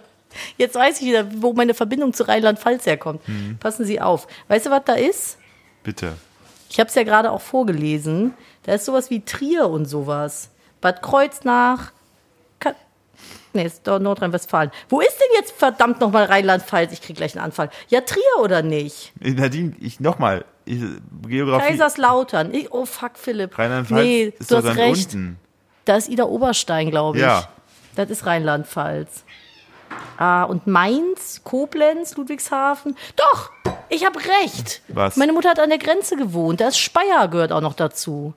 S2: Jetzt weiß ich wieder, wo meine Verbindung zu Rheinland-Pfalz herkommt.
S1: Hm.
S2: Passen Sie auf. Weißt du, was da ist?
S1: Bitte.
S2: Ich habe es ja gerade auch vorgelesen. Da ist sowas wie Trier und sowas. Bad Kreuznach. Ka nee, ist doch Nordrhein-Westfalen. Wo ist denn jetzt verdammt nochmal Rheinland-Pfalz? Ich krieg gleich einen Anfall. Ja, Trier oder nicht?
S1: Nadine, ich nochmal. Ich- Geografie.
S2: Kaiserslautern. Ich, oh, fuck, Philipp.
S1: Rheinland-Pfalz
S2: Nee,
S1: ist
S2: du
S1: doch dann
S2: hast recht.
S1: unten.
S2: Da ist Ida Oberstein, glaube ich.
S1: Ja.
S2: Das ist Rheinland-Pfalz. Ah, und Mainz, Koblenz, Ludwigshafen. Doch, ich habe recht.
S1: Was?
S2: Meine Mutter hat an der Grenze gewohnt. Da ist Speyer gehört auch noch dazu.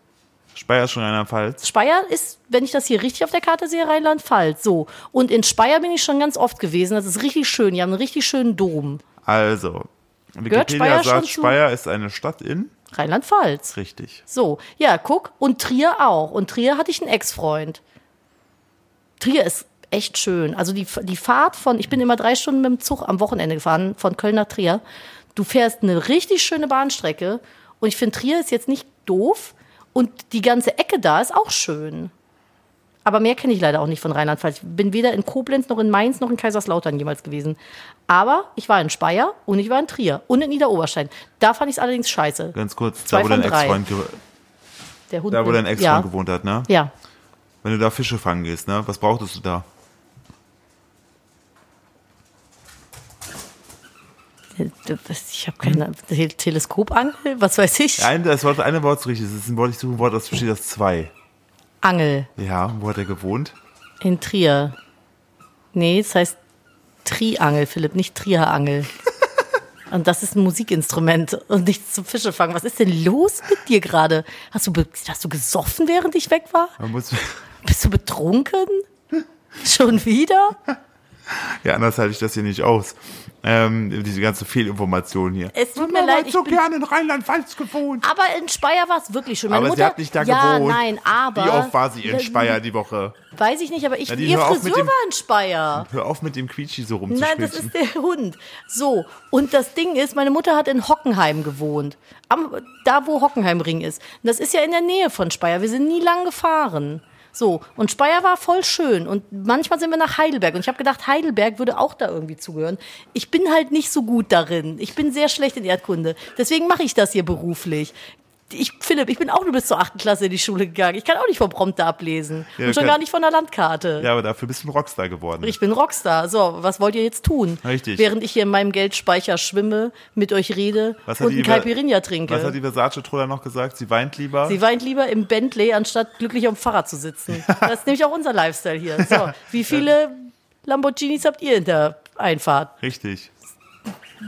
S1: Speyer ist schon Rheinland-Pfalz.
S2: Speyer ist, wenn ich das hier richtig auf der Karte sehe, Rheinland-Pfalz. So. Und in Speyer bin ich schon ganz oft gewesen. Das ist richtig schön. Die haben einen richtig schönen Dom.
S1: Also, Wikipedia
S2: Speyer schon
S1: sagt,
S2: zu-
S1: Speyer ist eine Stadt in
S2: Rheinland-Pfalz.
S1: Richtig.
S2: So, ja, guck. Und Trier auch. Und Trier hatte ich einen Ex-Freund. Trier ist echt schön. Also die, die Fahrt von, ich bin immer drei Stunden mit dem Zug am Wochenende gefahren, von Köln nach Trier. Du fährst eine richtig schöne Bahnstrecke. Und ich finde, Trier ist jetzt nicht doof. Und die ganze Ecke da ist auch schön. Aber mehr kenne ich leider auch nicht von Rheinland-Pfalz. Ich bin weder in Koblenz noch in Mainz noch in Kaiserslautern jemals gewesen. Aber ich war in Speyer und ich war in Trier und in Niederoberstein. Da fand ich es allerdings scheiße.
S1: Ganz kurz,
S2: Zwei
S1: da wo dein
S2: von drei.
S1: Ex-Freund ge
S2: Der Hund
S1: da, wo dein
S2: mit-
S1: Ex
S2: ja.
S1: gewohnt hat, ne?
S2: Ja.
S1: Wenn du da Fische fangen gehst, ne? Was brauchtest du da?
S2: Ich habe keine Te- Teleskopangel, was weiß ich?
S1: Ein, das Wort, eine Wort ist richtig. Das ist ein Wort, ich suche ein Wort, das besteht aus zwei.
S2: Angel
S1: Ja, wo hat er gewohnt?
S2: in Trier. Nee, es heißt Triangel, Philipp, nicht Trierangel. Und das ist ein Musikinstrument und nichts zum Fische fangen. Was ist denn los mit dir gerade? Hast du, be- hast du gesoffen, während ich weg war?
S1: Man muss,
S2: Bist du betrunken? Schon wieder?
S1: ja, anders halte ich das hier nicht aus. Ähm, diese ganze Fehlinformation hier.
S2: Es tut mir leid, ich
S1: so
S2: bin-
S1: gerne in Rheinland-Pfalz gewohnt.
S2: Aber in Speyer war es wirklich schön. Meine
S1: aber
S2: Mutter,
S1: sie hat nicht da
S2: ja,
S1: gewohnt.
S2: nein, aber.
S1: Wie oft war sie in Speyer die Woche?
S2: Weiß ich nicht, aber ich,
S1: Nadine,
S2: ihr
S1: hör auf mit
S2: Friseur
S1: dem-
S2: war in Speyer.
S1: Hör auf mit dem Quietschi so
S2: Nein,
S1: rumzuspielen.
S2: das ist der Hund. So, und das Ding ist, meine Mutter hat in Hockenheim gewohnt. Am, da, wo Hockenheimring ist. Und das ist ja in der Nähe von Speyer. Wir sind nie lang gefahren. So, und Speyer war voll schön. Und manchmal sind wir nach Heidelberg. Und ich habe gedacht, Heidelberg würde auch da irgendwie zugehören. Ich bin halt nicht so gut darin. Ich bin sehr schlecht in Erdkunde. Deswegen mache ich das hier beruflich. Ich, Philipp, ich bin auch nur bis zur achten Klasse in die Schule gegangen. Ich kann auch nicht vom Prompter ablesen.
S1: Ja,
S2: und schon
S1: kann-
S2: gar nicht von der Landkarte.
S1: ja, aber dafür bist du ein Rockstar geworden.
S2: Ich bin Rockstar. So, was wollt ihr jetzt tun?
S1: Richtig.
S2: Während ich hier in meinem Geldspeicher schwimme, mit euch rede
S1: Was hat
S2: und
S1: die
S2: einen
S1: Ver-
S2: Caipirinha
S1: Was hat
S2: trinke.
S1: die Versace-Troller noch gesagt? Sie weint lieber.
S2: Sie weint lieber im Bentley, anstatt glücklich am Fahrrad zu sitzen. Das ist nämlich auch unser Lifestyle hier. So, wie viele Lamborghinis habt ihr in der Einfahrt?
S1: Richtig.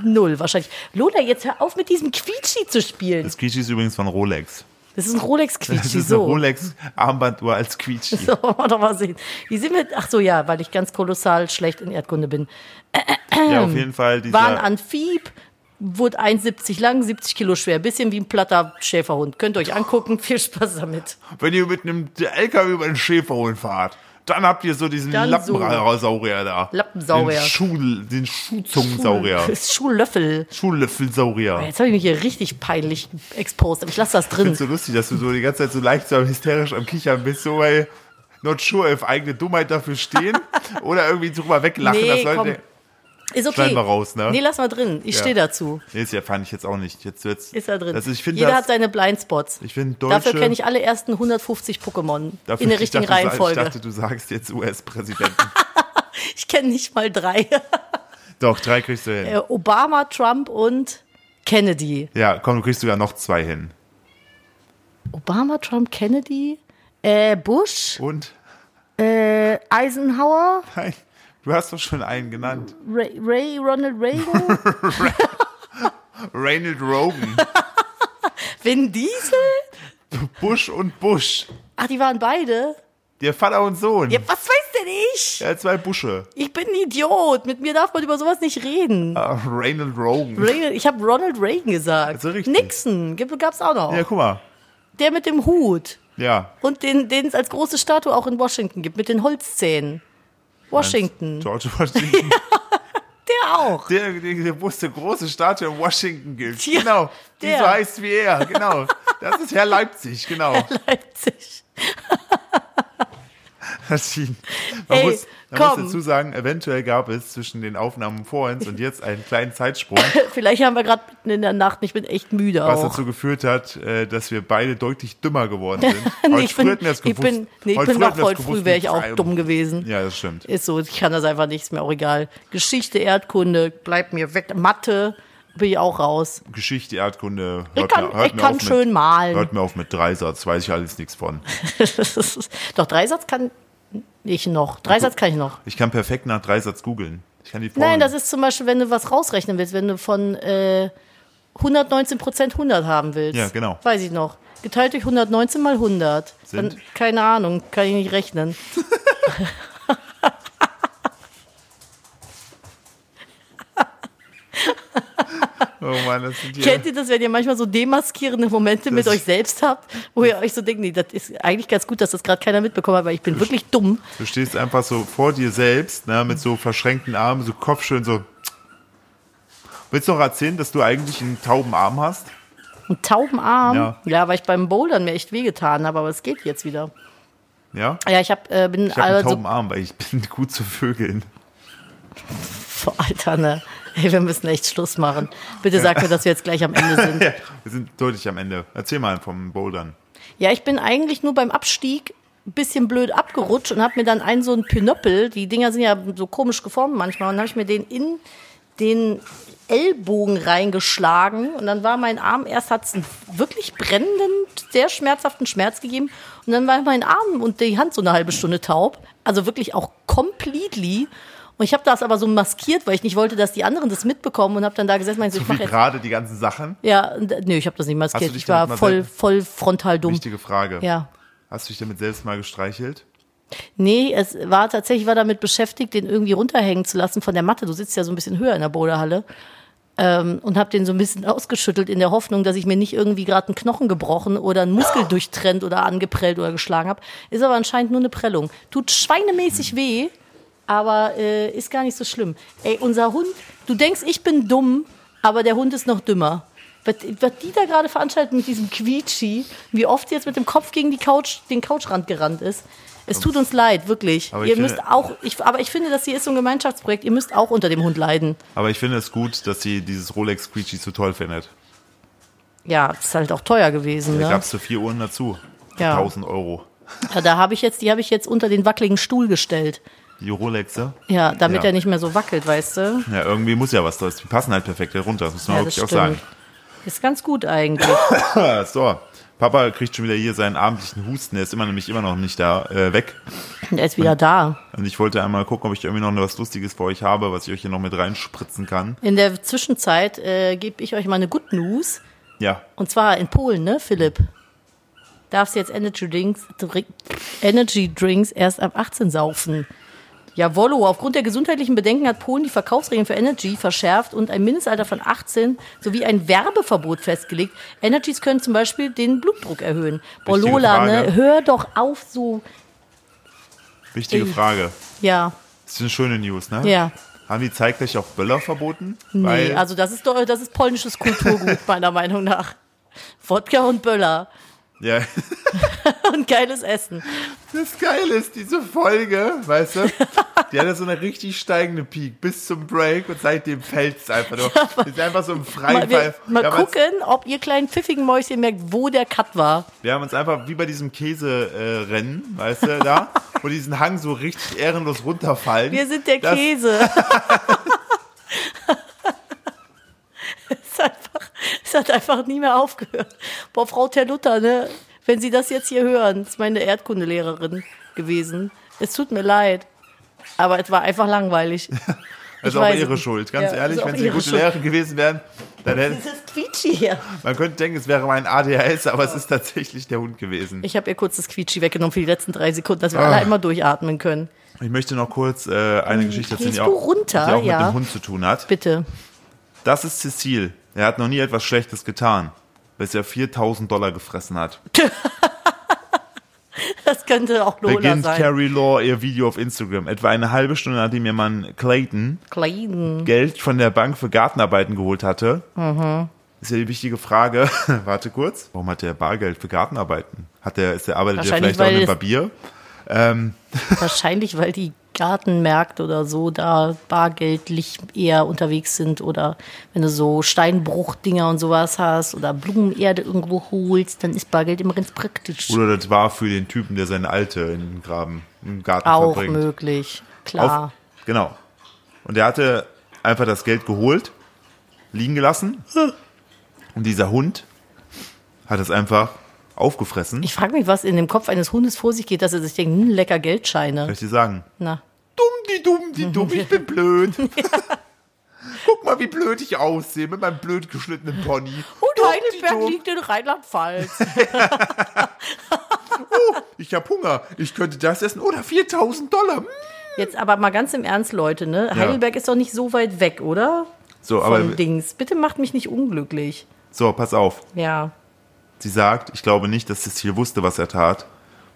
S2: Null wahrscheinlich. Lola, jetzt hör auf mit diesem Quietschi zu spielen.
S1: Das Quietschi ist übrigens von Rolex.
S2: Das ist ein Rolex-Quietschi.
S1: Das ist eine
S2: So.
S1: Rolex-Armbanduhr als Quietschi.
S2: So, wollen wir doch mal sehen. Wie sind wir? Ach so, ja, weil ich ganz kolossal schlecht in Erdkunde bin.
S1: Ja, auf jeden Fall. Dieser,
S2: war ein Amphib, wurde 1,70 lang, 70 Kilo schwer. Bisschen wie ein platter Schäferhund. Könnt ihr euch angucken. Viel Spaß damit.
S1: wenn ihr mit einem LKW über den Schäferholen fahrt, dann habt ihr so diesen
S2: Dann so.
S1: Lappensaurier da.
S2: Lappensaurier.
S1: Den, Schuh, den Schuhzungensaurier.
S2: Schul- Schullöffel.
S1: Schuhlöffelsaurier.
S2: Jetzt habe ich mich hier richtig peinlich exposed, aber ich lasse das
S1: Ich
S2: drin.
S1: so lustig, dass du so die ganze Zeit so leicht so hysterisch am Kichern bist, so weil not sure if eigene Dummheit dafür stehen oder irgendwie drüber weglachen.
S2: Nee,
S1: dass Leute,
S2: komm. Ist okay.
S1: schneiden wir raus, ne?
S2: Nee, lass mal drin. Ich
S1: Ja.
S2: stehe dazu.
S1: Nee, das ja fand ich jetzt auch nicht. Jetzt, jetzt,
S2: Ist er drin.
S1: Das, ich finde
S2: Jeder
S1: das-
S2: hat seine Blindspots.
S1: Ich finde Deutsche.
S2: Dafür kenne ich alle ersten 150 Pokémon
S1: dafür-
S2: in der
S1: ich
S2: richtigen
S1: dachte, du sa-
S2: Reihenfolge.
S1: Ich dachte, du sagst jetzt US-Präsidenten.
S2: ich kenne nicht mal drei.
S1: Doch, drei kriegst du hin.
S2: Äh, Obama, Trump und Kennedy.
S1: Ja, komm, du kriegst sogar noch zwei hin.
S2: Obama, Trump, Kennedy, äh, Bush,
S1: Und?
S2: äh, Eisenhower,
S1: Nein, du hast doch schon einen genannt.
S2: Ray, Ray Ronald Reagan,
S1: Ronald Rogan.
S2: Vin Diesel?
S1: Bush und Bush.
S2: Ach, die waren beide.
S1: Der Vater und Sohn.
S2: Ja, was weiß denn ich?
S1: Ja, zwei Busche.
S2: Ich bin ein Idiot. Mit mir darf man über sowas nicht reden.
S1: Ah, Ronald Rogan.
S2: Reagan, ich habe Ronald Reagan gesagt.
S1: Also richtig.
S2: Nixon gibt, gab's auch noch.
S1: Ja, guck mal.
S2: Der mit dem Hut
S1: Ja.
S2: und den, den es als große Statue auch in Washington gibt, mit den Holzzähnen. Washington,
S1: George Washington.
S2: der auch.
S1: Der, der, der wusste große Statue in Washington gibt.
S2: Ja,
S1: genau. Die
S2: der.
S1: so heißt wie er. Genau. Das ist Herr Leipzig. Genau.
S2: Leipzig.
S1: erschienen. Man,
S2: Ey,
S1: muss, man muss
S2: komm.
S1: dazu sagen, eventuell gab es zwischen den Aufnahmen vor uns und jetzt einen kleinen Zeitsprung,
S2: Vielleicht haben wir gerade mitten in der Nacht, ich bin echt müde
S1: was
S2: auch.
S1: dazu geführt hat, äh, dass wir beide deutlich dümmer geworden sind.
S2: nee,
S1: Heute
S2: ich
S1: früh
S2: bin,
S1: hätten wir es
S2: ich
S1: gewusst.
S2: bin, nee, ich
S1: Heute
S2: bin
S1: früh
S2: noch
S1: hätten wir es
S2: heute früh
S1: gewusst
S2: wäre
S1: mit
S2: ich auch
S1: einem-
S2: dumm gewesen.
S1: Ja, das stimmt.
S2: Ist so, ich kann das einfach nicht, ist mir auch egal. Geschichte, Erdkunde, bleibt mir weg. Mathe bin ich auch raus.
S1: Geschichte, Erdkunde, hört
S2: Ich kann,
S1: mir, hört
S2: ich
S1: mir
S2: kann
S1: auf
S2: schön
S1: mit,
S2: malen.
S1: Hört mir auf mit Dreisatz, weiß ich alles nichts von.
S2: Das ist- Doch Dreisatz kann ich noch. Dreisatz kann ich noch.
S1: Ich kann perfekt nach Dreisatz googeln. Ich kann die Formel.
S2: Nein, das ist zum Beispiel, wenn du was rausrechnen willst, wenn du von äh, 119 Prozent 100 haben willst.
S1: Ja, genau.
S2: Weiß ich noch. Geteilt durch 119 mal 100.
S1: Sind?
S2: Dann, keine Ahnung, kann ich nicht rechnen.
S1: Oh Mann, das sind
S2: Kennt ihr das, wenn ihr manchmal so demaskierende Momente mit
S1: Das-
S2: euch selbst habt, wo ihr euch so denkt, nee, das ist eigentlich ganz gut, dass das gerade keiner mitbekommen hat, weil ich bin wirklich dumm.
S1: Du stehst einfach so vor dir selbst, ne, mit so verschränkten Armen, so Kopfschön, so. Willst du noch erzählen, dass du eigentlich einen tauben Arm hast?
S2: Einen tauben Arm.
S1: Ja.
S2: Ja. weil ich beim Bouldern mir echt wehgetan habe, aber es geht jetzt wieder.
S1: Ja?
S2: Ja, ich hab, äh, bin
S1: Ich habe einen
S2: also
S1: tauben Arm, weil ich bin gut zu Vögeln.
S2: Boah, Alter, ne? Hey, wir müssen echt Schluss machen. Bitte sag mir, dass wir jetzt gleich am Ende sind.
S1: Ja, wir sind deutlich am Ende. Erzähl mal vom Bouldern.
S2: Ja, ich bin eigentlich nur beim Abstieg ein bisschen blöd abgerutscht und hab mir dann einen so einen Pinöppel, die Dinger sind ja so komisch geformt manchmal, und habe ich mir den in den Ellbogen reingeschlagen und dann war mein Arm, erst hat's einen wirklich brennenden, sehr schmerzhaften Schmerz gegeben und dann war mein Arm und die Hand so eine halbe Stunde taub, also wirklich auch completely und ich habe das aber so maskiert, weil ich nicht wollte, dass die anderen das mitbekommen und habe dann da gesessen und meinte so, ich
S1: Wie
S2: mache jetzt
S1: gerade die ganzen Sachen?
S2: Ja, und, äh, nee, ich habe das nicht
S1: Hast
S2: maskiert.
S1: du dich
S2: Ich war
S1: damit mal
S2: voll,
S1: selbst-
S2: voll frontal dumm.
S1: Wichtige Frage.
S2: Um- Ja.
S1: Hast du dich damit selbst mal gestreichelt?
S2: Nee, es war tatsächlich, ich war damit beschäftigt, den irgendwie runterhängen zu lassen von der Matte. Du sitzt ja so ein bisschen höher in der Boulderhalle. Ähm, und habe den so ein bisschen ausgeschüttelt in der Hoffnung, dass ich mir nicht irgendwie gerade einen Knochen gebrochen oder einen Muskel durchtrennt oder angeprellt oder geschlagen habe. Ist aber anscheinend nur eine Prellung. Tut schweinemäßig weh, aber äh, ist gar nicht so schlimm. Ey, unser Hund, du denkst, ich bin dumm, aber der Hund ist noch dümmer. Was, was die da gerade veranstalten mit diesem Quietschi, wie oft sie jetzt mit dem Kopf gegen die Couch, den Couchrand gerannt ist. Es tut uns leid, wirklich.
S1: Aber ich
S2: ihr müsst
S1: finde-
S2: auch, ich, aber ich finde, das hier ist so ein Gemeinschaftsprojekt. Ihr müsst auch unter dem Hund leiden.
S1: Aber ich finde es gut, dass sie dieses Rolex Squeegee zu toll findet.
S2: Ja, ist halt auch teuer gewesen.
S1: Da
S2: Ne?
S1: gab es zu vier Uhren dazu. Für
S2: Ja.
S1: 1000 Euro.
S2: Ja, da habe ich jetzt, die habe ich jetzt unter den wackeligen Stuhl gestellt.
S1: Die Rolexe?
S2: Ja, damit
S1: Ja.
S2: er nicht mehr so wackelt, weißt du?
S1: Ja, irgendwie muss ja was draus. Die passen halt perfekt runter, das muss man
S2: Ja, das
S1: wirklich auch
S2: stimmt.
S1: sagen.
S2: Ist ganz gut eigentlich.
S1: Ah, so. Papa kriegt schon wieder hier seinen abendlichen Husten, der ist immer nämlich immer noch nicht da, äh, weg.
S2: Und er ist wieder da.
S1: Und ich wollte einmal gucken, ob ich irgendwie noch was Lustiges für euch habe, was ich euch hier noch mit reinspritzen kann.
S2: In der Zwischenzeit äh, gebe ich euch mal eine Good News.
S1: Ja,
S2: Und zwar in Polen, ne, Philipp? Darfst jetzt Energy Drinks, Drink- Energy Drinks erst ab 18 saufen. Jawollo, aufgrund der gesundheitlichen Bedenken hat Polen die Verkaufsregeln für Energy verschärft und ein Mindestalter von 18 sowie ein Werbeverbot festgelegt. Energies können zum Beispiel den Blutdruck erhöhen. Boah,
S1: Wichtige
S2: Lola,
S1: Frage.
S2: ne, hör doch auf so.
S1: wichtige
S2: Ey.
S1: Frage.
S2: Ja,
S1: Das ist eine schöne News, ne?
S2: Ja.
S1: Haben die zeitgleich auch Böller verboten?
S2: nee,
S1: Weil-
S2: also das ist, doch- das ist polnisches Kulturgut, meiner Meinung nach. Wodka und Böller
S1: ja,
S2: und geiles Essen.
S1: das Geile ist, diese Folge, weißt du, die hatte so eine richtig steigende Peak bis zum Break und seitdem fällt es einfach nur. ist einfach so ein
S2: Mal, wir,
S1: Freifall.
S2: mal
S1: Ja, aber es-
S2: gucken, ob ihr kleinen pfiffigen Mäuschen merkt, wo der Cut war.
S1: Wir haben uns einfach wie bei diesem Käserennen, äh, weißt du, da, wo die diesen Hang so richtig ehrenlos runterfallen.
S2: Wir sind der
S1: Das-
S2: Käse. es, hat einfach, es hat einfach nie mehr aufgehört. Boah, Frau Terlutter, ne? wenn Sie das jetzt hier hören, ist meine Erdkundelehrerin gewesen. Es tut mir leid, aber es war einfach langweilig.
S1: Das ist
S2: ich
S1: auch
S2: weiß
S1: ihre
S2: es.
S1: Schuld, ganz
S2: Ja,
S1: ehrlich.
S2: ist auch
S1: Wenn sie
S2: ihre
S1: gute
S2: Schuld.
S1: Lehrer gewesen wären, dann hätten,
S2: Dieses Quietschi hier.
S1: man könnte denken, es wäre mein ADHS, aber es ist tatsächlich der Hund gewesen.
S2: Ich habe ihr kurz das Quietschi weggenommen für die letzten drei Sekunden, dass wir
S1: Ah.
S2: alle einmal durchatmen können.
S1: Ich möchte noch kurz äh, eine Geschichte erzählen,
S2: Hm, gehst
S1: die
S2: du
S1: auch,
S2: runter,
S1: die auch mit
S2: ja.
S1: dem Hund zu tun hat.
S2: Bitte.
S1: Das ist Cecil. Er hat noch nie etwas Schlechtes getan, bis er 4000 Dollar gefressen hat.
S2: Das könnte auch Lola
S1: Beginnt
S2: sein.
S1: Carrie Law ihr Video auf Instagram. Etwa eine halbe Stunde, nachdem ihr Mann Clayton
S2: Klein.
S1: Geld von der Bank für Gartenarbeiten geholt hatte.
S2: Mhm.
S1: Ist ja die wichtige Frage. Warte kurz. Warum hat der Bargeld für Gartenarbeiten? Hat der, ist der arbeitet der
S2: Wahrscheinlich,
S1: vielleicht auch in
S2: weil
S1: einem
S2: es-
S1: Barbier?
S2: Wahrscheinlich, weil die Gartenmärkte oder so da bargeldlich eher unterwegs sind oder wenn du so Steinbruchdinger und sowas hast oder Blumenerde irgendwo holst, dann ist Bargeld immer ganz praktisch.
S1: Oder das war für den Typen, der seine Alte in den Graben, im Garten
S2: auch
S1: verbringt.
S2: möglich,
S1: Auf-
S2: klar.
S1: Genau. Und er hatte einfach das Geld geholt, liegen gelassen. Und dieser Hund hat es einfach aufgefressen.
S2: Ich frage mich, was in dem Kopf eines Hundes vor sich geht, dass er sich denkt, hm, lecker Geldscheine.
S1: Soll ich dir sagen?
S2: Na,
S1: Dumm, die dumm, die dumm, ich bin blöd. Guck mal, wie blöd ich aussehe mit meinem blöd geschnittenen Pony.
S2: und
S1: Dumm, die
S2: Heidelberg
S1: dumm.
S2: liegt in Rheinland-Pfalz.
S1: Oh, ich habe Hunger. Ich könnte das essen. Oder 4000 Dollar. Hm.
S2: Jetzt aber mal ganz im Ernst, Leute, ne? Heidelberg ist doch nicht so weit weg, oder?
S1: So, aber
S2: von Dings. Bitte macht mich nicht unglücklich.
S1: so, pass auf.
S2: Ja.
S1: Sie sagt, ich glaube nicht, dass Cecile wusste, was er tat.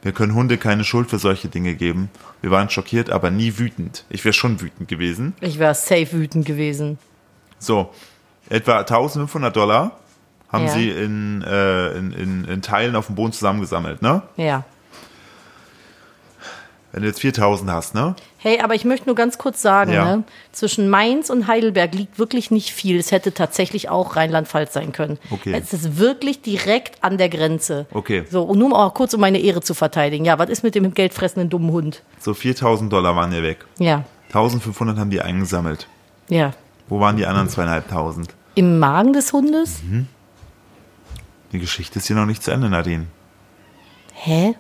S1: Wir können Hunde keine Schuld für solche Dinge geben. Wir waren schockiert, aber nie wütend. Ich wäre schon wütend gewesen.
S2: Ich wäre safe wütend gewesen.
S1: So, etwa 1500 Dollar haben
S2: Ja.
S1: sie in, äh, in, in, in Teilen auf dem Boden zusammengesammelt, ne?
S2: Ja.
S1: Wenn du jetzt 4000 hast, ne?
S2: Hey, aber ich möchte nur ganz kurz sagen,
S1: Ja.
S2: ne? zwischen Mainz und Heidelberg liegt wirklich nicht viel. Es hätte tatsächlich auch Rheinland-Pfalz sein können.
S1: Okay.
S2: Es ist wirklich direkt an der Grenze.
S1: Okay.
S2: So, und nur auch kurz, um meine Ehre zu verteidigen. Ja, was ist mit dem geldfressenden dummen Hund?
S1: So 4000 Dollar waren ja weg.
S2: Ja,
S1: 1500 haben die eingesammelt.
S2: ja.
S1: Wo waren die anderen zweieinhalbtausend?
S2: Im Magen des Hundes?
S1: Die Geschichte ist hier noch nicht zu Ende, Nadine.
S2: Hä?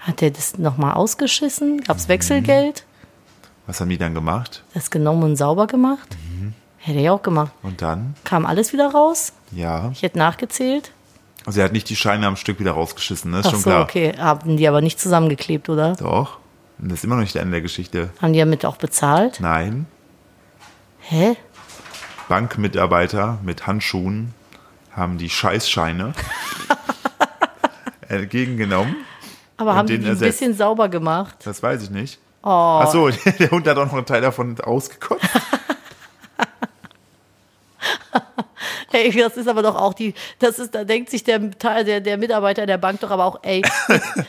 S2: Hat der das nochmal ausgeschissen? Gab's Wechselgeld?
S1: Was haben die dann gemacht?
S2: Das genommen und sauber gemacht?
S1: Mhm.
S2: Hätte ich auch gemacht.
S1: Und dann?
S2: Kam alles wieder raus?
S1: Ja.
S2: Ich hätte nachgezählt.
S1: Also er hat nicht die Scheine am Stück wieder rausgeschissen, ne? Ist
S2: Ach
S1: schon
S2: so,
S1: klar.
S2: okay. Haben die aber nicht zusammengeklebt, oder?
S1: Doch. Und das ist immer noch nicht das Ende der Geschichte.
S2: Haben die damit auch bezahlt?
S1: Nein.
S2: Hä?
S1: Bankmitarbeiter mit Handschuhen haben die Scheißscheine entgegengenommen.
S2: Aber
S1: Und
S2: haben die
S1: den
S2: die ein
S1: ersetzt.
S2: bisschen sauber gemacht?
S1: Das weiß ich nicht. Oh. Ach so, der Hund hat auch noch einen Teil davon ausgekotzt.
S2: Hey, das ist aber doch auch die, das ist, da denkt sich der, Teil- der, der Mitarbeiter der Bank doch aber auch, ey,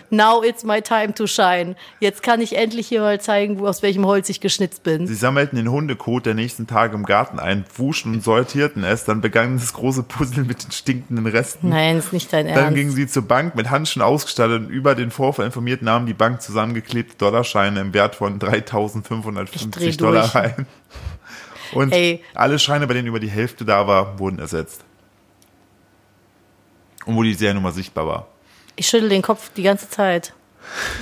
S2: now it's my time to shine. Jetzt kann ich endlich hier mal zeigen, wo, aus welchem Holz ich geschnitzt bin.
S1: Sie sammelten den Hundekot der nächsten Tage im Garten ein, wuschen und sortierten es, dann begann das große Puzzle mit den stinkenden Resten.
S2: Nein, ist nicht dein
S1: Dann
S2: Ernst.
S1: gingen sie zur Bank mit Handschuhen ausgestattet und über den Vorfall informiert nahm die Bank zusammengeklebte Dollarscheine im Wert von
S2: Ich dreh
S1: 3.550
S2: durch.
S1: Dollar ein. Und
S2: Ey.
S1: alle Scheine, bei denen über die Hälfte da war, wurden ersetzt. Und wo die Seriennummer sichtbar war.
S2: Ich schüttel den Kopf die ganze Zeit.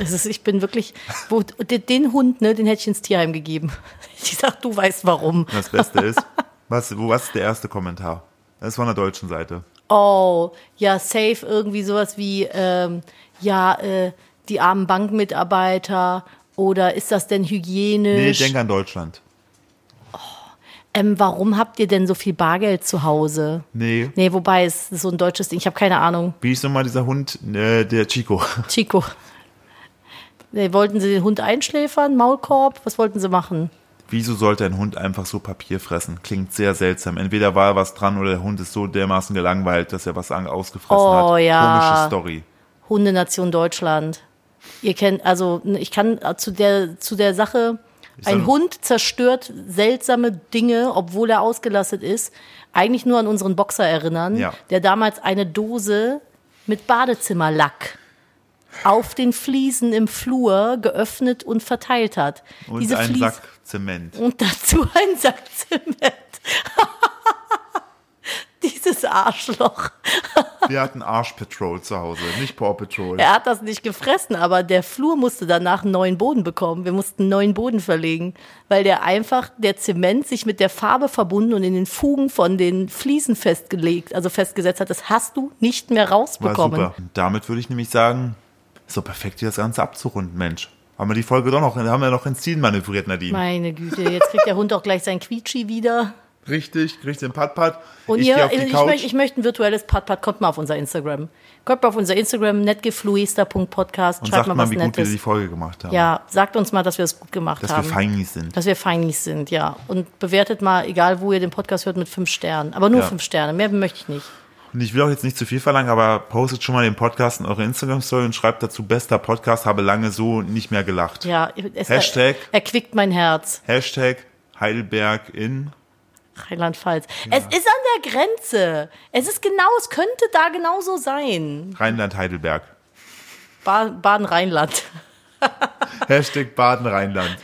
S2: Es ist, ich bin wirklich, wo, den, den Hund, ne, den hätte ich ins Tierheim gegeben. Ich sag, du weißt warum.
S1: Und das Beste ist, was, wo, was ist der erste Kommentar? Das ist von der deutschen Seite.
S2: Oh, ja, safe irgendwie sowas wie, ähm, ja, äh, die armen Bankmitarbeiter oder ist das denn
S1: Nee,
S2: hygienisch?
S1: ich denke an Deutschland.
S2: ähm, warum habt ihr denn so viel Bargeld zu Hause?
S1: Nee.
S2: Nee, wobei, es ist so ein deutsches Ding, ich habe keine Ahnung.
S1: Wie ist nochmal dieser Hund, äh, der Chico?
S2: Chico. Nee, wollten sie den Hund einschläfern, Maulkorb? Was wollten sie machen?
S1: Wieso sollte ein Hund einfach so Papier fressen? Klingt sehr seltsam. Entweder war was dran oder der Hund ist so dermaßen gelangweilt, dass er was an- ausgefressen
S2: Oh,
S1: hat.
S2: ja.
S1: Komische Story.
S2: Hundenation Deutschland. Ihr kennt, also ich kann zu der, zu der Sache,
S1: sag-
S2: ein Hund zerstört seltsame Dinge, obwohl er ausgelastet ist, eigentlich nur an unseren Boxer erinnern,
S1: Ja.
S2: der damals eine Dose mit Badezimmerlack auf den Fliesen im Flur geöffnet und verteilt hat.
S1: Und
S2: Diese
S1: ein
S2: Flies-
S1: Sack Zement.
S2: und dazu ein Sack Zement. Dieses Arschloch.
S1: Wir hatten Arsch Patrol zu Hause, nicht Paw Patrol.
S2: Er hat das nicht gefressen, aber der Flur musste danach einen neuen Boden bekommen. Wir mussten einen neuen Boden verlegen, weil der einfach, der Zement sich mit der Farbe verbunden und in den Fugen von den Fliesen festgelegt, also festgesetzt hat. Das hast du nicht mehr
S1: War
S2: rausbekommen.
S1: super. Und damit würde ich nämlich sagen, so perfekt hier das Ganze abzurunden, Mensch. Haben wir die Folge doch noch, haben wir noch ins Ziel manövriert, Nadine.
S2: Meine Güte, jetzt kriegt der Hund auch gleich sein Quietschi wieder.
S1: Richtig, kriegst den Pat-Pat.
S2: Und
S1: ich gehe
S2: ihr,
S1: auf die
S2: ich,
S1: Couch.
S2: möchte, ich möchte ein virtuelles Putt-Putt. Kommt mal auf unser Instagram. Kommt mal auf unser Instagram, netgefluester.podcast.
S1: und
S2: Schreibt
S1: sagt
S2: mal
S1: mal,
S2: was
S1: wie gut wir die
S2: Nettes.
S1: Folge gemacht haben.
S2: Ja, sagt uns mal, dass wir es gut gemacht
S1: dass
S2: haben.
S1: wir Feinis sind.
S2: Dass wir feinig sind, ja. Und bewertet mal, egal wo ihr den Podcast hört, mit fünf Sternen. Aber nur
S1: Ja.
S2: fünf Sterne, mehr möchte ich nicht.
S1: Und ich will auch jetzt nicht zu viel verlangen, aber postet schon mal den Podcast in eure Instagram-Story und schreibt dazu, bester Podcast, habe lange so nicht mehr gelacht.
S2: Ja, es
S1: Hashtag-
S2: erquickt mein Herz.
S1: Hashtag Heidelberg in.
S2: Rheinland-Pfalz. Es ist an der Grenze. Es ist genau, es könnte da genauso sein.
S1: Rheinland-Heidelberg.
S2: Ba Baden-Rheinland.
S1: Hashtag Baden-Rheinland.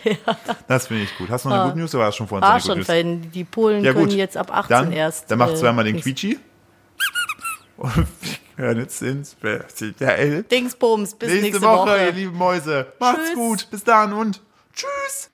S1: Das finde ich gut. Hast du noch eine gute News oder war das schon vorhin
S2: Ah,
S1: so eine
S2: schon,
S1: gute News?
S2: weil die Polen
S1: Ja, gut.
S2: können jetzt ab 18
S1: dann,
S2: erst.
S1: Dann macht
S2: äh,
S1: zweimal den
S2: Dings-
S1: Quietschi. Und wir hören jetzt ins Spezial.
S2: Dingsbums, bis
S1: Nächste Woche, ihr lieben Mäuse. Macht's
S2: Tschüss.
S1: gut. Bis dann und tschüss.